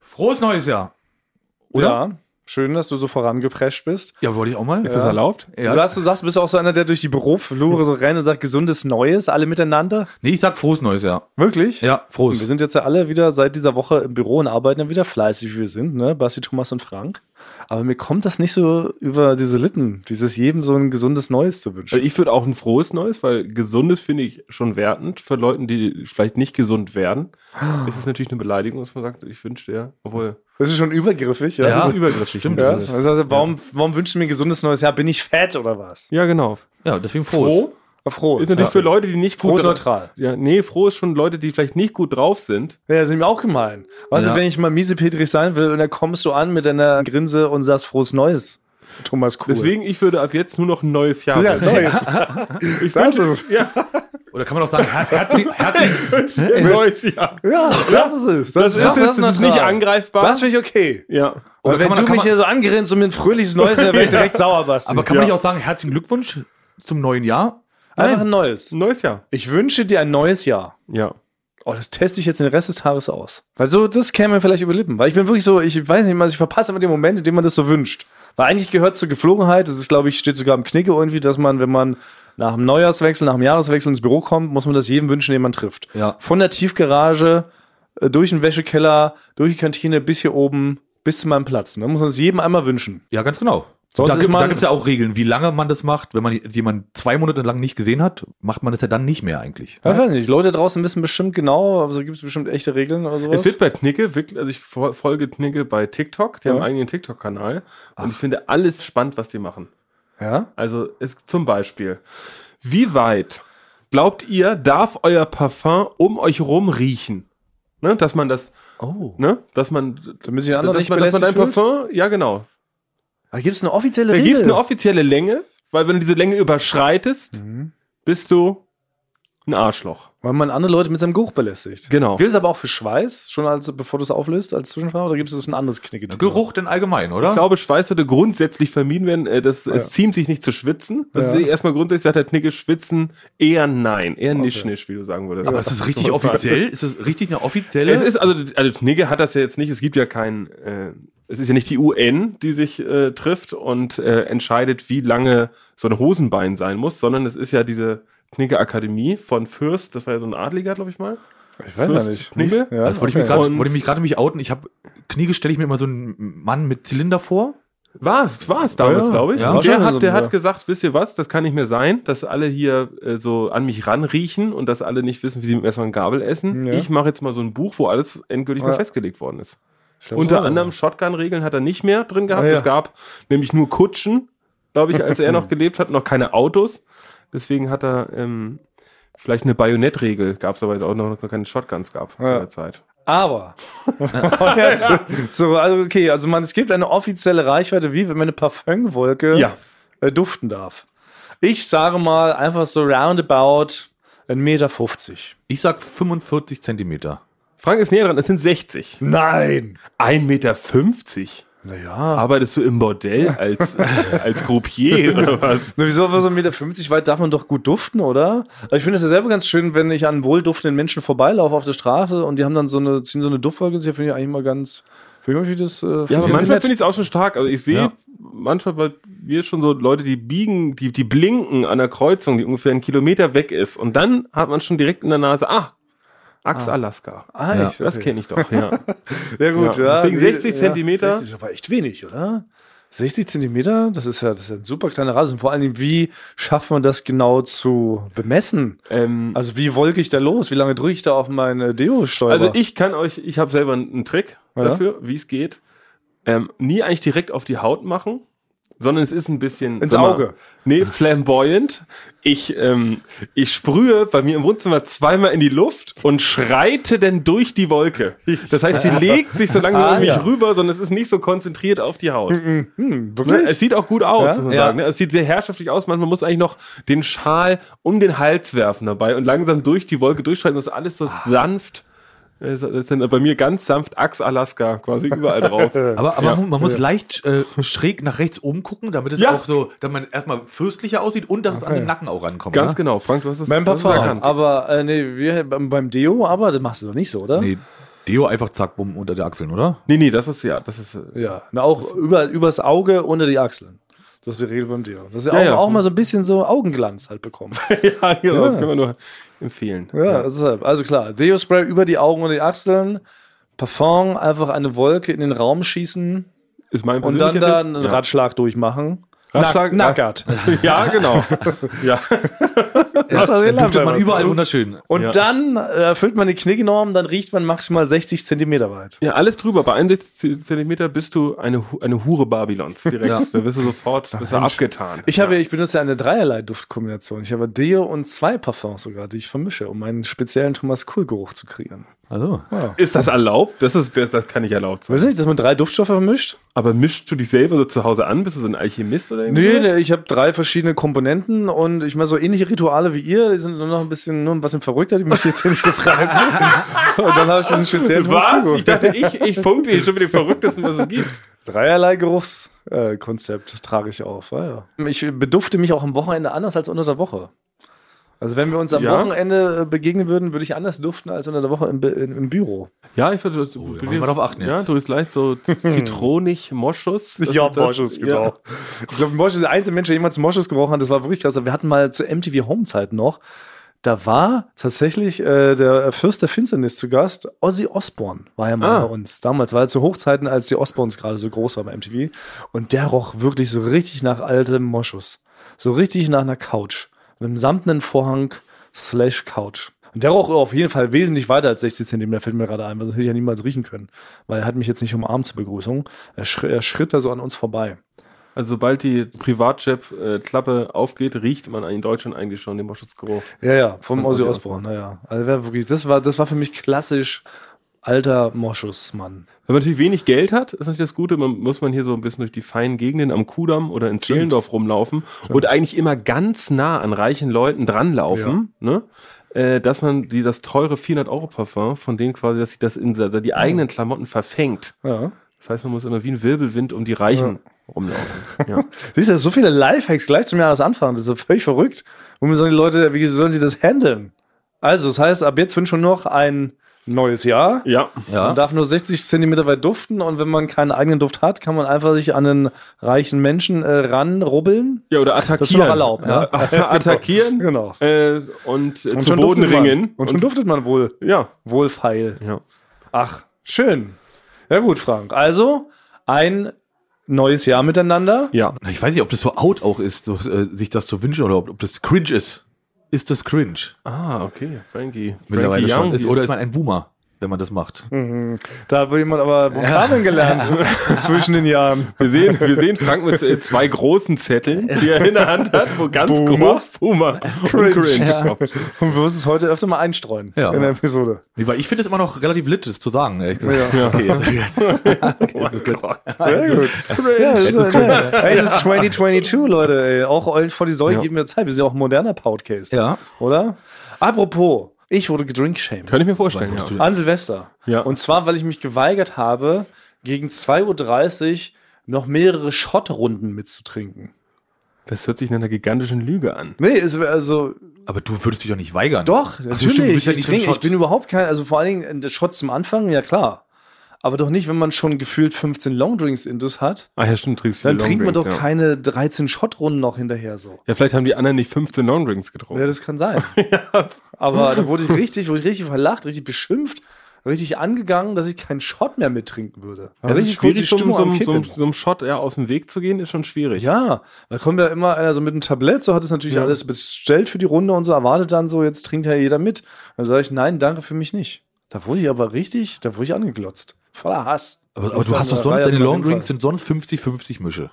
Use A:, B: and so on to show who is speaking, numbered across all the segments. A: Frohes neues Jahr. Oder?
B: Ja, schön, dass du so vorangeprescht bist.
A: Ja, wollte ich auch mal.
B: Ist das erlaubt?
A: Ja.
B: Du, sagst, du sagst, bist auch so einer, der durch die Büroflure so rennt und sagt, gesundes Neues, alle miteinander.
A: Nee, ich sag frohes neues Jahr.
B: Wirklich?
A: Ja,
B: Und wir
A: frohes.
B: sind jetzt ja alle wieder seit dieser Woche im Büro und arbeiten ja wieder fleißig, wie wir sind, ne? Basti, Thomas und Frank. Aber mir kommt das nicht so über diese Lippen, dieses jedem so ein gesundes Neues zu
C: Also
B: wünschen.
A: Äh,
C: ich würde auch ein frohes Neues, weil gesundes finde ich schon wertend. Für Leuten, die vielleicht nicht gesund werden, ist es natürlich eine Beleidigung, dass man sagt, ich wünsche dir, obwohl.
B: Das ist schon übergriffig, ja.
A: Ja.
C: Das ist übergriffig.
A: Stimmt.
B: Ja,
C: Ja,
A: Das ist-
B: also warum, warum wünschst du mir ein gesundes neues Jahr? Bin ich fett oder was?
C: ja genau.
A: Ja, deswegen frohes.
C: Froh
B: Froh.
C: ist natürlich für Leute, die nicht gut
B: Froh ist
C: dra-
B: neutral.
C: Ja, nee, froh ist schon Leute, die vielleicht nicht gut drauf sind.
B: Ja, sind mir auch gemein. Was
A: Ja.
B: ist, wenn ich mal miesepetrig sein will und dann kommst du an mit deiner Grinse und sagst frohes Neues, Thomas Kuhl.
C: Deswegen, ich würde ab jetzt nur noch ein neues Jahr.
B: Ja,
C: wünschen.
B: Neues.
C: ich
B: das
C: wünsche-
B: ist-
C: ja,
A: Oder kann man auch sagen, her herzlich, herzlich.
C: ein neues Jahr.
B: Ja, das ist es.
C: Das, ist,
B: doch,
C: jetzt das ist
B: neutral.
C: nicht angreifbar.
B: Das finde ich okay.
C: ja.
B: Weil
A: Oder kann
B: wenn
A: man-
B: du
A: kann
B: mich
A: man-
B: hier so angrinst und mir ein fröhliches Neues, dann wäre ich direkt sauer, Basti.
A: Aber kann man
C: Ja.
A: nicht auch sagen, herzlichen Glückwunsch zum neuen Jahr?
B: Einfach ein neues.
C: Ein neues Jahr.
B: Ich wünsche dir ein neues Jahr.
C: Ja.
B: Oh, das teste ich jetzt den Rest des Tages aus. Weil so, das käme mir vielleicht über die Lippen. Weil ich bin wirklich so, ich weiß nicht mal, ich verpasse immer den Moment, in dem man das so wünscht. Weil eigentlich gehört es zur Geflogenheit, das ist, glaube ich, steht sogar im Knicke irgendwie, dass man, wenn man nach dem Neujahrswechsel, nach dem Jahreswechsel ins Büro kommt, muss man das jedem wünschen, den man trifft.
A: Ja.
B: Von der Tiefgarage, äh, durch den Wäschekeller, durch die Kantine bis hier oben, bis zu meinem Platz. Da muss man es jedem einmal wünschen.
A: Ja, ganz genau.
B: Sonst
A: da
B: ist
A: gibt
B: man-
A: da gibt's ja auch Regeln, wie lange man das macht. Wenn man jemanden zwei Monate lang nicht gesehen hat, macht man das ja dann nicht mehr eigentlich.
B: Ja, Ich weiß nicht, Leute draußen wissen bestimmt genau, aber so gibt es bestimmt echte Regeln oder sowas.
C: Es wird bei Knicke wirklich, also ich fol- folge Knicke bei TikTok, die
B: Ja.
C: haben einen eigenen TikTok-Kanal und ich finde alles spannend, was die machen.
B: ja?
C: Also ist zum Beispiel, wie weit glaubt ihr, darf euer Parfum um euch rum riechen? Ne, dass man das,
A: Oh.
C: ne, dass man,
B: Damit sich der andere
C: dass
B: nicht
C: man, dass man
B: belästigt
C: dein
B: fühlt.
C: Parfum, ja genau.
B: Da gibt es eine offizielle
C: Da
B: Regel.
C: gibt es eine offizielle Länge, weil wenn du diese Länge überschreitest,
B: Mhm.
C: bist du ein Arschloch.
B: Weil man andere Leute mit seinem Geruch belästigt.
C: Genau.
B: Gilt es aber auch für Schweiß, schon als, bevor du es auflöst, als Zwischenfrage, oder gibt es ein anderes Knicke?
A: Geruch denn allgemein, oder?
C: Ich glaube, Schweiß sollte grundsätzlich vermieden werden. äh, Das, Es ziemt sich nicht zu schwitzen. Das
B: Ja.
C: ist erstmal grundsätzlich, sagt der Knicke, schwitzen eher nein. Eher nicht nisch, wie du sagen würdest.
A: Aber ist das richtig offiziell? Ist das richtig eine offizielle?
C: Es ist, also, also Knigge hat das ja jetzt nicht, es gibt ja keinen, äh, es ist ja nicht die UN, die sich äh, trifft und äh, entscheidet, wie lange so ein Hosenbein sein muss, sondern es ist ja diese Knigge Akademie von Fürst, das war ja so ein Adliger, glaube ich mal.
B: Ich weiß
C: Fürst
B: ja nicht.
C: Knicke?
B: Nicht? Ja,
A: das Also, wollte
B: okay.
A: ich mir grad,
C: Und-
A: wollte ich mich gerade mich outen. Ich habe Knie stelle ich mir immer so einen Mann mit Zylinder vor.
C: War es, war es damals,
B: Ja,
C: glaube ich.
A: ja.
C: Und der
B: War schon
C: hat, der
B: so, ja.
C: hat gesagt, wisst ihr was, das kann nicht mehr sein, dass alle hier äh, so an mich ranriechen und dass alle nicht wissen, wie sie mit Messer und Gabel essen.
B: Ja.
C: Ich mache jetzt mal so ein Buch, wo alles endgültig
B: Ja.
C: mal festgelegt worden ist.
B: Ich glaub,
C: Unter
B: so.
C: anderem Shotgun-Regeln hat er nicht mehr drin gehabt.
B: Ah, ja.
C: Es gab nämlich nur Kutschen, glaube ich, als er noch gelebt hat, noch keine Autos. Deswegen hat er ähm, vielleicht eine Bajonettregel, gab es aber auch noch, noch keine Shotguns gab zu
B: Ja.
C: der Zeit.
B: Aber. Und jetzt, so, also okay, also man, es gibt eine offizielle Reichweite, wie wenn man eine Parfümwolke
C: Ja.
B: äh, duften darf. Ich sage mal einfach so roundabout 1,50 Meter.
A: Ich sag 45 Zentimeter.
C: Frank ist näher dran, es sind 60.
B: Nein!
C: 1,50 Meter.
B: Naja.
C: Arbeitest du im Bordell als, als Groupier oder was?
B: Na, wieso aber so 1,50 Meter weit darf man doch gut duften, oder? Also ich finde es ja selber ganz schön, wenn ich an wohlduftenden Menschen vorbeilaufe auf der Straße und die haben dann so eine, ziehen so eine Duftwolke und das finde ich eigentlich mal ganz, finde ich irgendwie das, äh,
C: Ja, aber
B: ich
C: manchmal
B: nett.
C: finde ich es auch schon stark. Also ich sehe
A: Ja.
C: manchmal bei mir schon so Leute, die biegen, die, die blinken an der Kreuzung, die ungefähr einen Kilometer weg ist. Und dann hat man schon direkt in der Nase, ah, Axe Alaska.
B: Ah,
A: Ja,
B: echt?
C: Das
B: Okay.
C: kenne ich doch, ja.
B: Ja, gut, ja.
C: Ja, deswegen 60 Zentimeter.
B: 60 ist aber echt wenig, oder? 60 Zentimeter, das ist ja, das ist ja ein super kleiner Radius. Und vor allen Dingen, wie schafft man das genau zu bemessen?
C: ähm,
B: Also, wie wolke ich da los? Wie lange drücke ich da auf meine Deo-Steuer?
C: also ich kann euch, ich habe selber einen Trick
B: Ja.
C: dafür, wie es geht. Ähm, nie eigentlich direkt auf die Haut machen, sondern es ist ein bisschen...
B: Ins
C: sag mal,
B: Auge.
C: Nee, flamboyant. Ich, ähm, ich sprühe bei mir im Wohnzimmer zweimal in die Luft und schreite dann durch die Wolke. Das heißt, sie legt sich so langsam
B: Ah,
C: über mich
B: ja.
C: rüber, sondern es ist nicht so konzentriert auf die Haut.
B: hm,
C: Ne?
B: wirklich?
C: Es sieht auch gut aus,
B: Ja?
C: muss man
B: Ja.
C: sagen. ne? Es sieht sehr herrschaftlich aus. Manchmal muss eigentlich noch den Schal um den Hals werfen dabei und langsam durch die Wolke durchschreiten. Das ist alles
B: Ah.
C: so sanft. Äh, so- Das sind bei mir ganz sanft Axe Alaska quasi überall drauf.
A: Aber, aber man, man muss leicht äh, schräg nach rechts oben gucken, damit es
C: Ja.
A: auch so, damit man erstmal fürstlicher aussieht und dass es an den Nacken auch rankommt.
C: Ganz
A: ne?
C: genau. Frank, du hast es
B: Mein
C: du hast es genau.
B: Parfum. Aber, äh, nee, wir, beim beim Deo, aber das machst du doch nicht so, oder?
A: Nee, Deo einfach zack, bumm, unter der Achseln, oder?
C: Nee, nee, das ist ja, das ist. äh,
B: Ja, na, auch über, übers Auge unter die Achseln. Das ist die Rede von dir. Dass sie
C: Ja,
B: auch,
C: ja.
B: auch mal so ein bisschen so Augenglanz halt bekommen.
C: ja, genau, das können wir nur empfehlen.
B: Ja, deshalb. Also klar, Deo-Spray über die Augen und die Achseln, Parfum, einfach eine Wolke in den Raum schießen
C: Ist mein
B: und dann
C: persönlicher
B: da
C: Tipp.
B: einen
C: ja.
B: Radschlag durchmachen.
C: Radschlag-
B: Nackert.
C: Ja, genau. ja.
B: Das hat
A: Duftet
B: den Lappen.
A: man überall wunderschön.
B: Und
C: Ja.
B: dann äh, erfüllt man die Knicknorm, dann riecht man maximal 60 Zentimeter weit.
C: ja, alles drüber. Bei 61 Zentimeter bist du eine, Hu- eine Hure Babylons direkt.
A: Ja.
C: Da wirst du sofort bist du abgetan.
B: Ich habe, ich benutze ja eine dreierlei Duftkombination. Ich habe Deo und zwei Parfums sogar, die ich vermische, um meinen speziellen Thomas Kuhl-Geruch zu kreieren.
A: Also.
C: Ist das erlaubt? Das, ist, das, das kann nicht erlaubt sein.
B: Weißt du nicht, dass man drei Duftstoffe vermischt?
C: Aber mischst du dich selber so zu Hause an? Bist du so ein Alchemist oder irgendwie?
B: Nee,
C: sowas?
B: nee, ich habe drei verschiedene Komponenten und ich meine so ähnliche Rituale wie ihr, die sind nur noch ein bisschen, nur ein bisschen verrückter, die müsst ihr jetzt hier nicht so fragen. und dann habe ich diesen speziellen
C: Was?
B: Thomas
C: Ich
B: Kuhl-Geruch.
C: dachte, ich, ich funkte hier schon mit dem Verrücktesten, was es gibt.
B: Dreierlei Geruchskonzept äh, Konzept trage ich auf. Ja, ja. Ich bedufte mich auch am Wochenende anders als unter der Woche. Also wenn wir uns am
C: Ja.
B: Wochenende äh, begegnen würden, würde ich anders duften als unter der Woche im, Bü- im, im Büro.
C: Ja, ich würde. Oh,
A: da muss man drauf achten
C: Ja,
A: jetzt.
C: du bist leicht so zitronig, Moschus. Das ist das-
B: genau.
C: Ja.
B: Ich glaube, Moschus ist der einzige Mensch, der jemals Moschus gerochen hat. Das war wirklich krass. Aber Wir hatten mal zu MTV Home-Zeit noch, da war tatsächlich äh, der Fürst der Finsternis zu Gast. Ozzy Osbourne war ja mal
C: Ah.
B: bei uns. Damals war er zu Hochzeiten, als die Osbournes gerade so groß waren bei MTV. Und der roch wirklich so richtig nach altem Moschus. So richtig nach einer Couch. Einem samtenen Vorhang slash Couch. Und der roch auf jeden Fall wesentlich weiter als 60 Zentimeter, fällt mir gerade ein, weil das hätte ich ja niemals riechen können. Weil er hat mich jetzt nicht umarmt zur Begrüßung. Er, schri er schritt da so an uns vorbei.
C: Also, sobald die Privatjet-Klappe aufgeht, riecht man in Deutschland eigentlich schon den Moschusgeruch.
B: Ja, ja, vom Ozzy
C: Ozzy
B: Osbourne, naja. Also wär wirklich, das war, das war für mich klassisch alter Moschus-Mann.
C: Wenn man natürlich wenig Geld hat, ist natürlich das Gute, man muss man hier so ein bisschen durch die feinen Gegenden am Kudamm oder in Zehlendorf rumlaufen und eigentlich immer ganz nah an reichen Leuten dranlaufen, ne? Äh, dass man die das teure 400 Euro Parfum von denen quasi, dass sich das in se- die eigenen Klamotten verfängt.
B: Ja.
C: Das heißt, man muss immer wie ein Wirbelwind um die Reichen rumlaufen. Ja.
B: Siehst du, so viele Lifehacks gleich zum Jahresanfang, das ist so völlig verrückt. Wo sollen die Leute, wie sollen die das handeln? Also, das heißt, ab jetzt wünschen wir noch ein neues Jahr.
C: ja.
A: Ja.
B: Man darf nur 60 Zentimeter weit duften und wenn man keinen eigenen Duft hat, kann man einfach sich an einen reichen Menschen äh, ranrubbeln.
C: Ja, oder attackieren.
B: Das ist noch erlaubt, ne?
C: Ja, attackieren
B: Genau.
C: äh, und, äh, zu
B: schon
C: Boden
B: duftet man.
C: ringen.
B: Und schon duftet man wohl.
C: ja.
B: Wohlfeil.
C: ja.
B: Ach, schön. Ja gut, Frank. Also, ein neues Jahr miteinander.
C: Ja.
A: Na, Ich weiß nicht, ob das so out auch ist, so, äh, sich das zu wünschen oder ob, ob das cringe ist. Ist das cringe
C: Ah, okay. Frankie.
A: mittlerweile
C: Frankie
A: schon? Ist,
C: hier.
A: oder ist man ein Boomer, wenn man das macht?
C: Hm.
B: Da hat wohl jemand aber Vokabeln gelernt zwischen den Jahren.
C: Wir sehen, wir sehen Frank mit äh, zwei großen Zetteln, die er in der Hand hat, wo ganz
B: Boomer.
C: groß Puma
B: Cringe.
C: und Cringe Oh
B: Ja.
C: drauf.
B: Und wir müssen es heute öfter mal einstreuen
A: Ja.
B: in der Episode.
A: Nee, weil ich finde es immer noch relativ lit, das zu sagen. Ehrlich gesagt.
B: Ja.
A: Okay, jetzt, jetzt,
C: Oh mein Gott.
B: Sehr gut. Ja, das ist, ja. Ey, es ist 2022, Leute. Ey. Auch Eulen vor die Säule
C: Ja.
B: geben wir Zeit. Wir sind ja auch ein moderner Podcast.
A: Ja.
B: Oder? Apropos, ich wurde gedrinkshamed.
C: Kann ich mir vorstellen, ja.
B: An Silvester.
C: Ja.
B: Und zwar, weil ich mich geweigert habe, gegen 2.30 Uhr noch mehrere Schottrunden mitzutrinken.
C: Das hört sich nach einer gigantischen Lüge an.
B: Nee, es wär- also
A: Aber du würdest dich doch nicht weigern.
B: doch,
A: Ach so,
B: natürlich.
A: stimmt, du bist ja
B: ich,
A: nicht so ein
B: trinke, ich
A: Schott.
B: bin überhaupt kein, also vor allen Dingen der Shot zum Anfang, ja klar. Aber doch nicht, wenn man schon gefühlt 15 Longdrinks Indus hat,
C: Ah ja, stimmt, trinkst
B: dann trinkt man doch
C: ja.
B: keine 13 Schottrunden noch hinterher so.
C: Ja, vielleicht haben die anderen nicht 15 Longdrinks getrunken.
B: Ja, das kann sein. Aber da wurde ich richtig, wurde ich richtig verlacht, richtig beschimpft, richtig angegangen, dass ich keinen Shot mehr mittrinken würde. War
C: Ja, es ist
B: richtig kurz die
C: schwierig, so, einem-
B: Stimmung
C: so,
B: am
C: einem- so, einem-
B: Kippen.
C: so einem Shot eher aus dem Weg zu gehen, ist schon schwierig.
B: Ja, da kommt ja immer einer so mit einem Tablett, so hat es natürlich
C: Ja.
B: alles bestellt für die Runde und so, erwartet dann so, jetzt trinkt ja jeder mit. Dann sage ich, nein, danke für mich nicht. Da wurde ich aber richtig, da wurde ich angeglotzt. Voller Hass.
A: Aber, aber
B: Das war
A: du hast
B: eine
A: doch sonst,
B: Reihe
A: deine
B: auf jeden
A: Longdrinks
B: Fall.
A: sind sonst 50-50 Mische.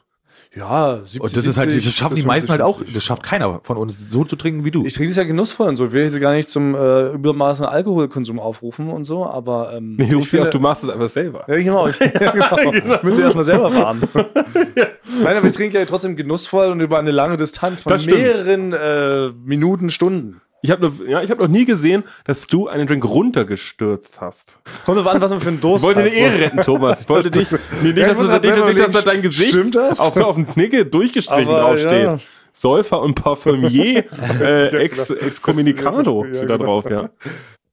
B: Ja, 70,
A: Und das ist halt, das
B: 70,
A: schaffen die
B: bis
A: meisten
B: 50,
A: halt auch,
B: 50.
A: das schafft keiner von uns, so zu trinken wie du.
B: Ich trinke es ja genussvoll und so. Ich will jetzt gar nicht zum äh, übermaßen Alkoholkonsum aufrufen und so, aber ähm,
C: Nee, du,
B: ich
C: musst ja auch,
B: finde-
C: du machst es einfach selber.
B: Ja, genau. Ich, ja, genau. Müsst ihr erstmal selber fahren. Nein, aber ich trinke ja trotzdem genussvoll und über eine lange Distanz von
C: Das stimmt.
B: mehreren äh, Minuten, Stunden.
C: Ich habe noch, ja, ich hab noch nie gesehen, dass du einen Drink runtergestürzt hast.
B: Kommt drauf an, was man für einen Durst
C: Ich wollte
B: hat.
C: eine Ehre retten, Thomas. Ich wollte dich, nee, nicht,
B: Ja, ich
C: dass,
B: muss
C: du-
B: halt
C: nicht,
B: selber
C: nicht, dass da dein
B: überlegen,
C: Gesicht
B: stimmt das?
C: Auf, auf dem Knicke durchgestrichen
B: Aber,
C: draufsteht.
B: ja.
C: Säufer und Parfümier, äh, Ex, Excommunicado
B: Ja,
C: steht da
B: genau.
C: drauf, ja.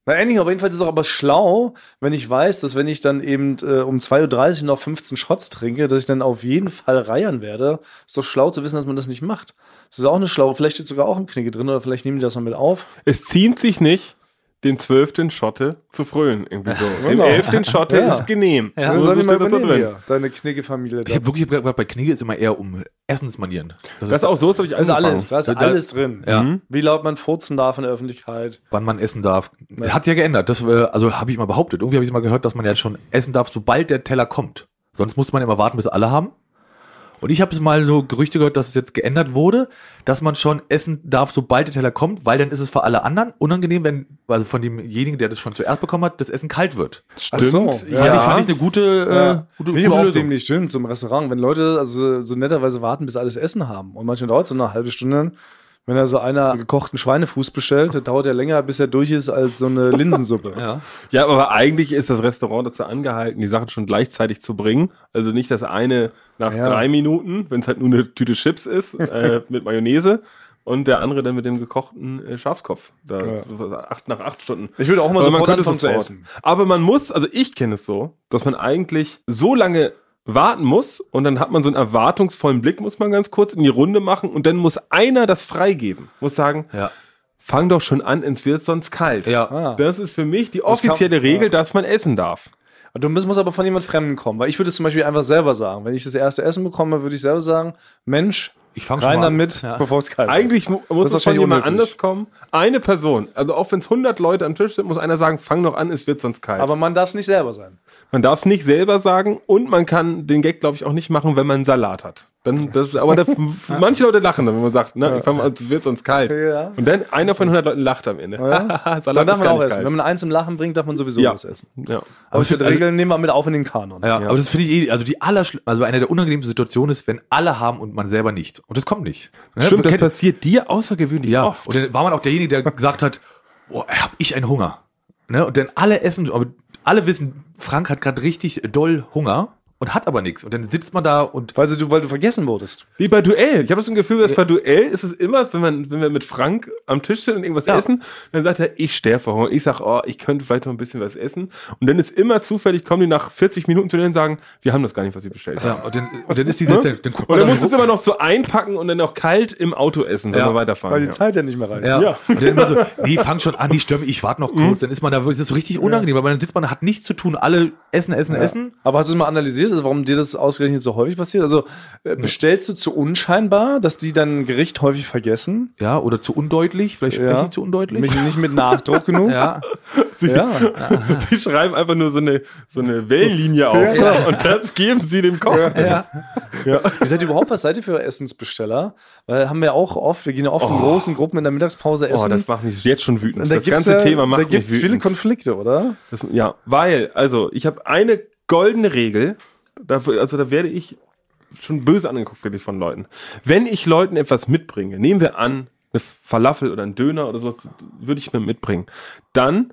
B: Na, endlich, aber jedenfalls ist es auch aber schlau, wenn ich weiß, dass wenn ich dann eben äh, um 2.30 Uhr noch 15 Shots trinke, dass ich dann auf jeden Fall reiern werde. Ist doch schlau zu wissen, dass man das nicht macht. Das ist auch eine schlaue, vielleicht steht sogar auch im Knicke drin oder vielleicht nehmen die das mal mit auf.
C: Es ziemt sich nicht, den zwölften Schotte zu frönen. Irgendwie so. Den
B: Genau.
C: elften Schotte
B: Ja.
C: ist genehm.
A: Ja,
B: Dann
C: so
B: soll ich
C: steht
B: mal
C: das da
B: übernehmen
C: drin.
B: hier. Deine Knicke-Familie.
A: Ich
B: Da.
A: habe wirklich gerade bei Knigge ist immer eher um Essensmanieren. Das
C: Das
A: ist,
C: ist auch so, das habe ich
B: Da ist
C: angefangen.
B: alles, da ist
A: Da-
B: alles drin.
A: ja.
B: Mhm. Wie laut man furzen darf in der Öffentlichkeit.
A: wann man essen darf. Hat sich ja geändert. Das, äh, also habe ich mal behauptet. Irgendwie habe ich mal gehört, dass man ja schon essen darf, sobald der Teller kommt. Sonst musste man immer warten, bis alle haben. Und ich habe es mal so Gerüchte gehört, dass es jetzt geändert wurde, dass man schon essen darf, sobald der Teller kommt, weil dann ist es für alle anderen unangenehm, wenn also von demjenigen, der das schon zuerst bekommen hat, das Essen kalt wird.
C: Stimmt.
B: Ach so, ja.
A: Fand, ich, fand ich eine gute, äh,
B: Ja.
A: gute,
B: Finde ich
A: gute
B: aber auch
A: Lösung.
B: dem nicht stimmt, zum Restaurant. Wenn Leute also so netterweise warten, bis sie alles Essen haben. Und manchmal dauert es so eine halbe Stunde. Wenn da so einer gekochten Schweinefuß bestellt, dann dauert er länger, bis er durch ist, als so eine Linsensuppe.
A: Ja.
C: Ja, aber eigentlich ist das Restaurant dazu angehalten, die Sachen schon gleichzeitig zu bringen. Also nicht das eine nach
B: Ja.
C: drei Minuten, wenn es halt nur eine Tüte Chips ist, äh, mit Mayonnaise. Und der andere dann mit dem gekochten äh, Schafskopf. Da, acht, nach acht Stunden.
B: Ich würde auch immer
C: Aber
B: sofort
C: könnte
B: anfangen zu
C: sofort.
B: essen.
C: Aber man muss, also ich kenne es so, dass man eigentlich so lange warten muss und dann hat man so einen erwartungsvollen Blick, muss man ganz kurz in die Runde machen und dann muss einer das freigeben. Muss sagen,
A: Ja.
C: fang doch schon an, ins wird sonst kalt.
A: Ja.
B: Ah.
C: Das ist für mich die
B: kann-
C: offizielle
B: ja.
C: Regel, dass man essen darf.
B: Du musst, musst aber von jemand Fremden kommen, weil ich würde es zum Beispiel einfach selber sagen. Wenn ich das erste Essen bekomme, würde ich selber sagen, Mensch,
A: Ich fang schon
B: rein
A: mal an.
B: damit,
A: Ja.
B: bevor es kalt wird.
C: Eigentlich mu-
B: ist
C: muss es von
B: wahrscheinlich
C: jemand
B: unmöglich.
C: anders kommen. Eine Person, also auch wenn es 100 Leute am Tisch sind, muss einer sagen, fang doch an, es wird sonst kalt.
B: Aber man darf es nicht selber sein.
C: man darf es nicht selber sagen und man kann den Gag, glaube ich, auch nicht machen, wenn man einen Salat hat. Dann, das, aber da, manche Leute lachen dann, wenn man sagt, ne, ich fang mal, es wird sonst kalt.
B: Ja.
C: Und dann einer von 100 Leuten lacht am Ende. Salat
B: Dann darf
C: ist
B: man
C: gar
B: auch
C: nicht
B: essen.
C: kalt.
B: Wenn man eins zum Lachen bringt, darf man sowieso
C: ja.
B: was essen.
C: ja.
B: Aber ich würde
A: also-
B: Regeln nehmen wir mit auf in den Kanon.
A: Ja, aber das finde ich eh, also die aller, also eine der unangenehmsten Situationen ist, wenn alle haben und man selber nicht. Und das kommt nicht. Ne?
C: Stimmt, das
A: Kennt-
C: passiert dir außergewöhnlich
A: Ja,
C: oft.
A: und dann war man auch derjenige, der gesagt hat, oh, hab ich einen Hunger. Ne? Und dann alle essen, aber alle wissen, Frank hat gerade richtig doll Hunger und hat aber nichts. Und dann sitzt man da und
B: Weil du, weil du vergessen wurdest.
C: Wie bei Duell. Ich habe so ein Gefühl, dass bei Duell ist es immer, wenn, man, wenn wir mit Frank am Tisch sind und irgendwas
A: Ja.
C: essen, dann sagt er, ich sterbe vor Hunger. Ich sag, oh, ich könnte vielleicht noch ein bisschen was essen. Und dann ist immer zufällig, kommen die nach 40 Minuten zu dir und sagen, wir haben das gar nicht, was sie bestellt
A: ja,
C: haben.
A: und dann, und dann ist diese, dann, dann guckt
C: Und
A: man
C: dann
A: da
C: muss es
A: so-
C: immer noch so einpacken und dann noch kalt im Auto essen, wenn
A: Ja.
C: wir
B: Weil
C: weiterfahren.
B: die
C: Ja.
B: Zeit ja nicht mehr reicht.
A: ja.
C: Ja.
A: Und dann immer so, nee, fang schon an, ich störe mich, ich warte noch kurz. Dann ist man da, das ist so richtig unangenehm, weil man dann sitzt man, hat nichts zu tun, alle essen, essen, essen.
B: Aber hast du es mal analysiert, also warum dir das ausgerechnet so häufig passiert? Also äh,
C: Hm.
B: bestellst du zu unscheinbar, dass die dann ein Gericht häufig vergessen?
A: Ja, oder zu undeutlich, vielleicht spreche ich zu undeutlich.
B: Mich nicht mit Nachdruck genug?
A: ja.
C: Sie,
B: Ja.
C: sie schreiben einfach nur so eine, so eine Wellenlinie auf und das geben sie dem Koch.
A: ja.
B: Wie seid ihr überhaupt, was seid ihr für Essensbesteller? Weil haben wir auch oft, wir gehen ja oft in großen Gruppen in der Mittagspause
C: Oh,
B: essen.
C: das macht mich jetzt schon wütend.
B: Und da
C: das
B: gibt's
C: ganze
B: ja-
C: Thema macht
B: Da
C: mich
B: gibt's viele
C: wütend.
B: Konflikte, oder?
C: Das, ja, weil, also ich habe eine goldene Regel, dafür, also da werde ich schon böse angeguckt, wirklich von Leuten. Wenn ich Leuten etwas mitbringe, nehmen wir an, eine Falafel oder einen Döner oder sowas, würde ich mir mitbringen, dann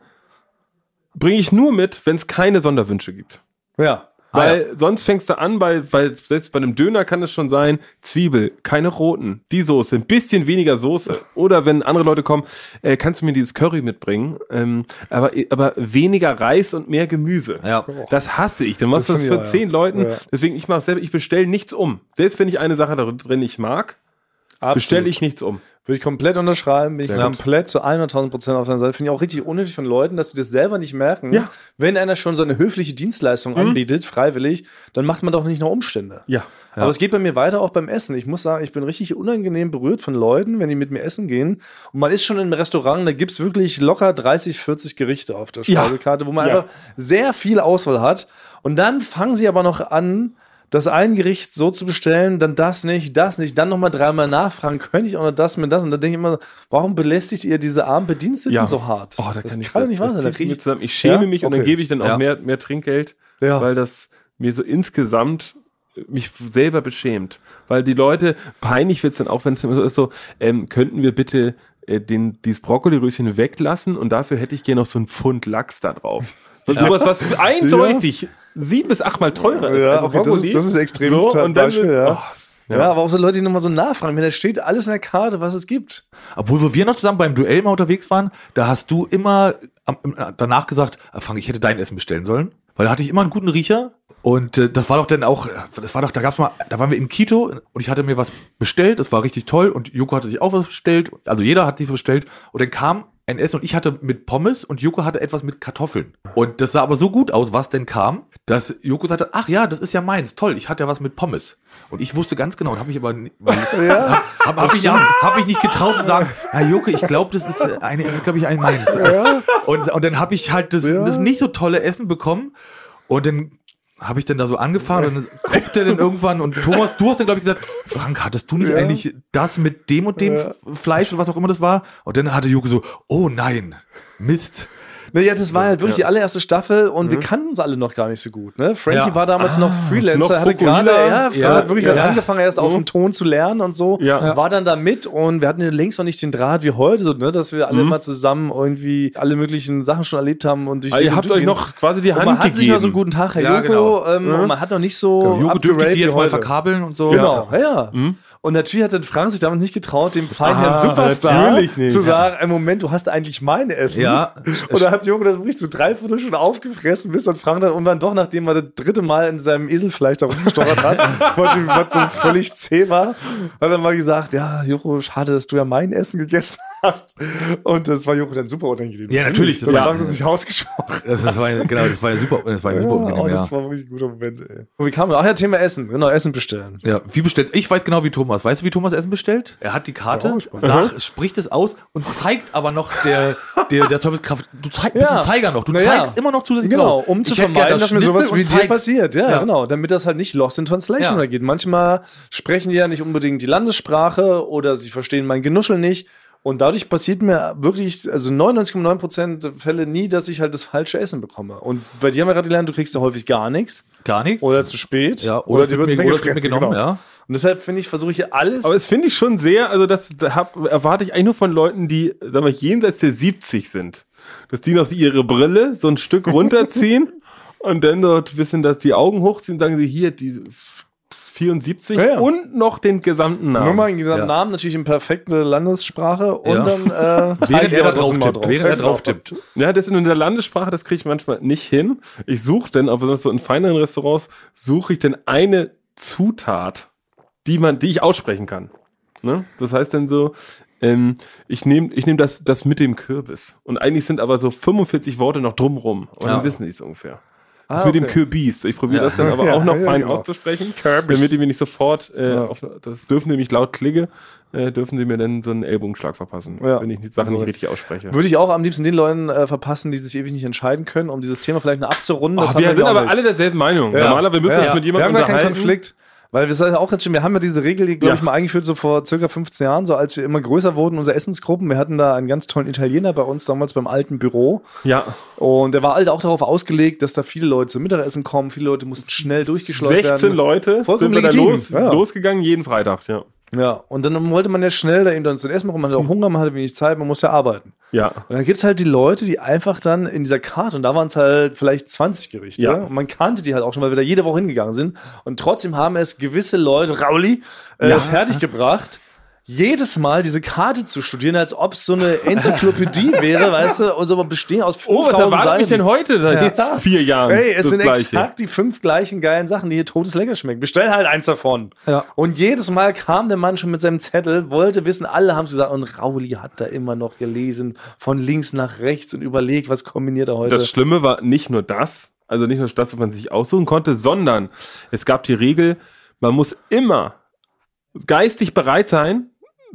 C: bringe ich nur mit, wenn es keine Sonderwünsche gibt.
B: Ah, Ja.
C: Weil sonst fängst du an, bei, weil selbst bei einem Döner kann es schon sein, Zwiebel, keine roten, die Soße, ein bisschen weniger Soße. Oder wenn andere Leute kommen, äh, kannst du mir dieses Curry mitbringen, ähm, aber, aber weniger Reis und mehr Gemüse.
A: Ja.
C: Das hasse ich. Dann machst du
B: Das
C: das
B: finde
C: für
B: ich auch, ja.
C: zehn Leuten.
B: Ja.
C: Deswegen, ich mache selber, ich bestelle nichts um. Selbst wenn ich eine Sache da drin nicht mag, bestelle ich nichts um.
B: Würde ich komplett unterschreiben, bin ich
A: gut.
B: komplett zu 100.000 Prozent auf deiner Seite. Finde ich auch richtig unhöflich von Leuten, dass sie das selber nicht merken.
C: Ja. Mhm.
B: Wenn einer schon so eine höfliche Dienstleistung anbietet, freiwillig, dann macht man doch nicht noch Umstände.
C: Ja.
B: Aber es geht bei mir weiter auch beim Essen. Ich muss sagen, ich bin richtig unangenehm berührt von Leuten, wenn die mit mir essen gehen. Und man ist schon im Restaurant, da gibt's wirklich locker 30, 40 Gerichte auf der
C: Ja.
B: Speisekarte, wo man
C: Ja.
B: einfach sehr viel Auswahl hat. Und dann fangen sie aber noch an, das ein Gericht so zu bestellen, dann das nicht, das nicht, dann nochmal dreimal nachfragen, könnte ich auch noch das mit das. Und dann denke ich immer, warum belästigt ihr diese armen Bediensteten
C: Ja.
B: so hart?
C: Oh, da
B: das
C: kann ich
B: kann doch nicht wahr sein.
C: das
B: Da
C: zieht
B: krieg
C: mir
B: ich-
C: zusammen. Ich schäme
B: Ja?
C: mich und dann
B: Okay.
C: gebe ich dann auch
A: Ja.
C: mehr, mehr Trinkgeld,
B: Ja.
C: weil das mir so insgesamt mich selber beschämt. Weil die Leute, peinlich wird's dann auch, wenn es immer so ist, so, ähm, könnten wir bitte äh, den, dieses Brokkoliröschen weglassen und dafür hätte ich gerne noch so einen Pfund Lachs da drauf. So Sowas, was eindeutig sieben bis achtmal teurer ist. Also
B: Ja, okay, das ist-
C: Brokkoli.
B: das ist extrem
C: So,
B: total
C: und dann
B: Beispiel,
C: wird,
B: ja.
C: oh,
B: Ja, aber auch so Leute, die nochmal so nachfragen. Mir, Da steht alles in der Karte, was es gibt.
A: Obwohl wo wir noch zusammen beim Duell mal unterwegs waren, da hast du immer am, im- danach gesagt, "Ah, Frank, ich hätte dein Essen bestellen sollen. Weil da hatte ich immer einen guten Riecher. Und äh, das war doch dann auch, äh, das war doch, da gab's mal, da waren wir in Quito und ich hatte mir was bestellt, das war richtig toll und Joko hatte sich auch was bestellt, also jeder hat sich was bestellt und dann kam ein Essen und ich hatte mit Pommes und Joko hatte etwas mit Kartoffeln. Und das sah aber so gut aus, was denn kam, dass Joko sagte, ach ja, das ist ja meins, toll, ich hatte ja was mit Pommes. Und ich wusste ganz genau und habe mich aber nie-
B: Ja.
A: hab, hab, ich, hab, hab ich nicht getraut zu sagen, Herr Joke, ich glaube, das ist äh, eine, glaube ich, ein meins. Und, und dann habe ich halt das, das nicht so tolle Essen bekommen und dann habe ich dann da so angefangen und dann guckt er dann irgendwann und Thomas, du hast dann glaube ich gesagt, Frank, hattest du nicht eigentlich das mit dem und dem F- Fleisch und was auch immer das war? Und dann hatte Joke so, oh nein, Mist.
B: Ne, ja, das war halt wirklich die allererste Staffel und wir kannten uns alle noch gar nicht so gut. Ne? Frankie
A: Ja.
B: war damals noch Freelancer,
C: Ah, noch
B: hatte
C: Fokuhila.
B: gerade ja,
C: Ja.
B: hat halt wirklich
A: Ja.
B: gerade angefangen, erst auf
C: Mhm.
B: dem Ton zu lernen und so.
C: Ja.
B: War dann da mit und wir hatten ja längst noch nicht den Draht wie heute, so, ne? dass wir alle mal zusammen irgendwie alle möglichen Sachen schon erlebt haben und durch
C: Also
B: dick
C: ihr
B: und
C: habt
B: dünn
C: euch
B: gehen.
C: noch quasi die
B: und
C: Hand
B: man hat sich
C: gegeben.
B: noch so einen guten Tag, Herr
A: Ja,
B: Joko,
A: genau.
B: ähm, und man hat noch nicht so
A: Joke, dürfte ich
B: abgeraved
A: die
B: wie
A: jetzt mal
B: heute.
A: verkabeln und so?
B: Genau, ja, ja.
A: Mhm.
B: Und natürlich hat dann Frank sich damals nicht getraut, dem feinen Herrn
C: Ah,
B: Superstar
C: natürlich nicht.
B: zu sagen, ey, Moment, du hast eigentlich mein Essen.
A: Ja.
B: Und da hat Joko das wirklich zu drei Viertel schon aufgefressen, bis dann Frank dann irgendwann doch, nachdem er das dritte Mal in seinem Eselfleisch da rumgestochert hat, was ihm- was so völlig zäh war, hat er mal gesagt, ja, Joko, schade, dass du ja mein Essen gegessen hast. Und das war Joko dann super unangenehm.
A: Ja, natürlich.
B: Das
A: Ja.
B: Frank sich ausgesprochen.
A: Das, das war, genau, das war super, das war super
B: Ja, oh,
A: unangenehm, ja.
B: das war wirklich ein guter Moment, ey. Und wie kam Ach ja, Thema Essen. Genau, Essen bestellen.
A: Ja, wie bestellt? Ich weiß genau wie Thomas. Weißt du, wie Thomas Essen bestellt? Er hat die Karte,
B: Mhm.
A: sagt, spricht es aus und zeigt aber noch der, der, der Servicekraft. Du zeigst bist
B: Ja.
A: ein Zeiger noch. Du
B: Na ja.
A: zeigst immer noch zusätzlich
B: Genau,
A: drauf.
B: um zu
A: Ich hätte
B: vermeiden,
A: gerne
B: dass mir
A: Schnitzel
B: sowas
A: und
B: wie dir
A: zeigst.
B: passiert. Ja,
A: Ja.
B: genau. Damit das halt nicht lost in translation
A: Ja.
B: oder geht. Manchmal sprechen die ja nicht unbedingt die Landessprache oder sie verstehen mein Genuschel nicht. Und dadurch passiert mir wirklich, also 99,9% der Fälle nie, dass ich halt das falsche Essen bekomme. Und bei dir haben wir gerade gelernt, du kriegst ja häufig gar nichts.
A: Gar nichts.
B: Oder zu spät.
A: ja, oder,
B: dir
A: es wird mir, oder es wird mir
B: weggefressen,
A: genommen,
B: genau.
A: ja.
B: Und deshalb finde ich, versuche ich hier alles.
C: Aber das finde ich schon sehr, also das da hab, erwarte ich eigentlich nur von Leuten, die, sagen wir, jenseits der 70 sind. Dass die noch so ihre Brille so ein Stück runterziehen und dann dort ein bisschen dass die Augen hochziehen, sagen sie hier die 74
B: Ja, ja.
C: und noch den gesamten Namen.
B: nur mal den gesamten
A: Ja.
B: Namen, natürlich in perfekte Landessprache und
A: Ja.
B: dann äh, zeigt
A: Während er da
B: das
A: drauf
B: immer
A: tippt. Während er drauf tippt.
C: Ja, das in der Landessprache, das kriege ich manchmal nicht hin. Ich suche dann, aber so in feineren Restaurants, suche ich dann eine Zutat, die man, die ich aussprechen kann. Ne? Das heißt dann so, ähm, ich nehme ich nehm das, das mit dem Kürbis. Und eigentlich sind aber so 45 Worte noch drumrum. Und dann
A: Ja.
C: wissen die es ungefähr.
B: Ah,
C: Das mit dem
B: okay.
C: Kürbis. Ich probiere
A: Ja.
C: das dann aber
B: Ja,
C: auch noch
B: ja,
C: fein
B: genau.
C: auszusprechen,
B: Kürbis.
C: damit die mir nicht sofort, äh, auf, das dürfen die mich laut klicke, äh, dürfen sie mir dann so einen Ellbogenschlag verpassen,
B: Ja.
C: wenn ich die Sachen
B: Also,
C: nicht richtig ausspreche.
B: Würde ich auch am liebsten den Leuten äh, verpassen, die sich ewig nicht entscheiden können, um dieses Thema vielleicht noch abzurunden. haben
C: Ach, Oh, Ah, wir
B: ja
C: sind
B: auch
C: aber
B: nicht.
C: alle derselben Meinung.
B: Ja.
C: Normalerweise wir müssen
B: Ja.
C: uns mit
B: Wir
C: jemandem
B: haben gar keinen
C: unterhalten.
B: Konflikt. Weil wir sind auch jetzt schon, wir haben ja diese Regel, die, glaube
C: Ja.
B: ich, mal eingeführt, so vor circa 15 Jahren, so als wir immer größer wurden, unsere Essensgruppen. Wir hatten da einen ganz tollen Italiener bei uns damals beim alten Büro.
C: Ja.
B: Und der war halt auch darauf ausgelegt, dass da viele Leute zum Mittagessen kommen. Viele Leute mussten schnell durchgeschleust
C: 16
B: werden.
C: Leute
B: Vollkommen
C: sind wir da
B: legitim.
C: los,
B: Ja.
C: losgegangen, jeden Freitag, ja.
B: Ja, und dann wollte man ja schnell da eben dann zu Essen kommen. Man hatte auch Hunger, man hatte wenig Zeit, man muss ja arbeiten.
C: Hm. Ja.
B: Und dann gibt es halt die Leute, die einfach dann in dieser Karte, und da waren es halt vielleicht 20 Gerichte,
C: Ja.
B: und man kannte die halt auch schon, weil wir da jede Woche hingegangen sind. Und trotzdem haben es gewisse Leute, Rauli, äh, fertiggebracht, jedes Mal diese Karte zu studieren, als ob es so eine Enzyklopädie wäre, weißt du, und so bestehen aus
C: Oh, was
B: 5000
C: erwartet mich denn
B: Seiten.
C: heute seit
B: Ja.
C: jetzt vier Jahren?
B: Hey, es
C: das
B: sind
C: Gleiche.
B: exakt die fünf gleichen geilen Sachen, die hier totes Lecker schmecken. Bestell halt eins davon.
A: Ja.
B: Und jedes Mal kam der Mann schon mit seinem Zettel, wollte wissen, alle haben es gesagt. Und Rauli hat da immer noch gelesen, von links nach rechts und überlegt, was kombiniert er heute.
C: Das Schlimme war nicht nur das, also nicht nur das, was man sich aussuchen konnte, sondern es gab die Regel, man muss immer geistig bereit sein,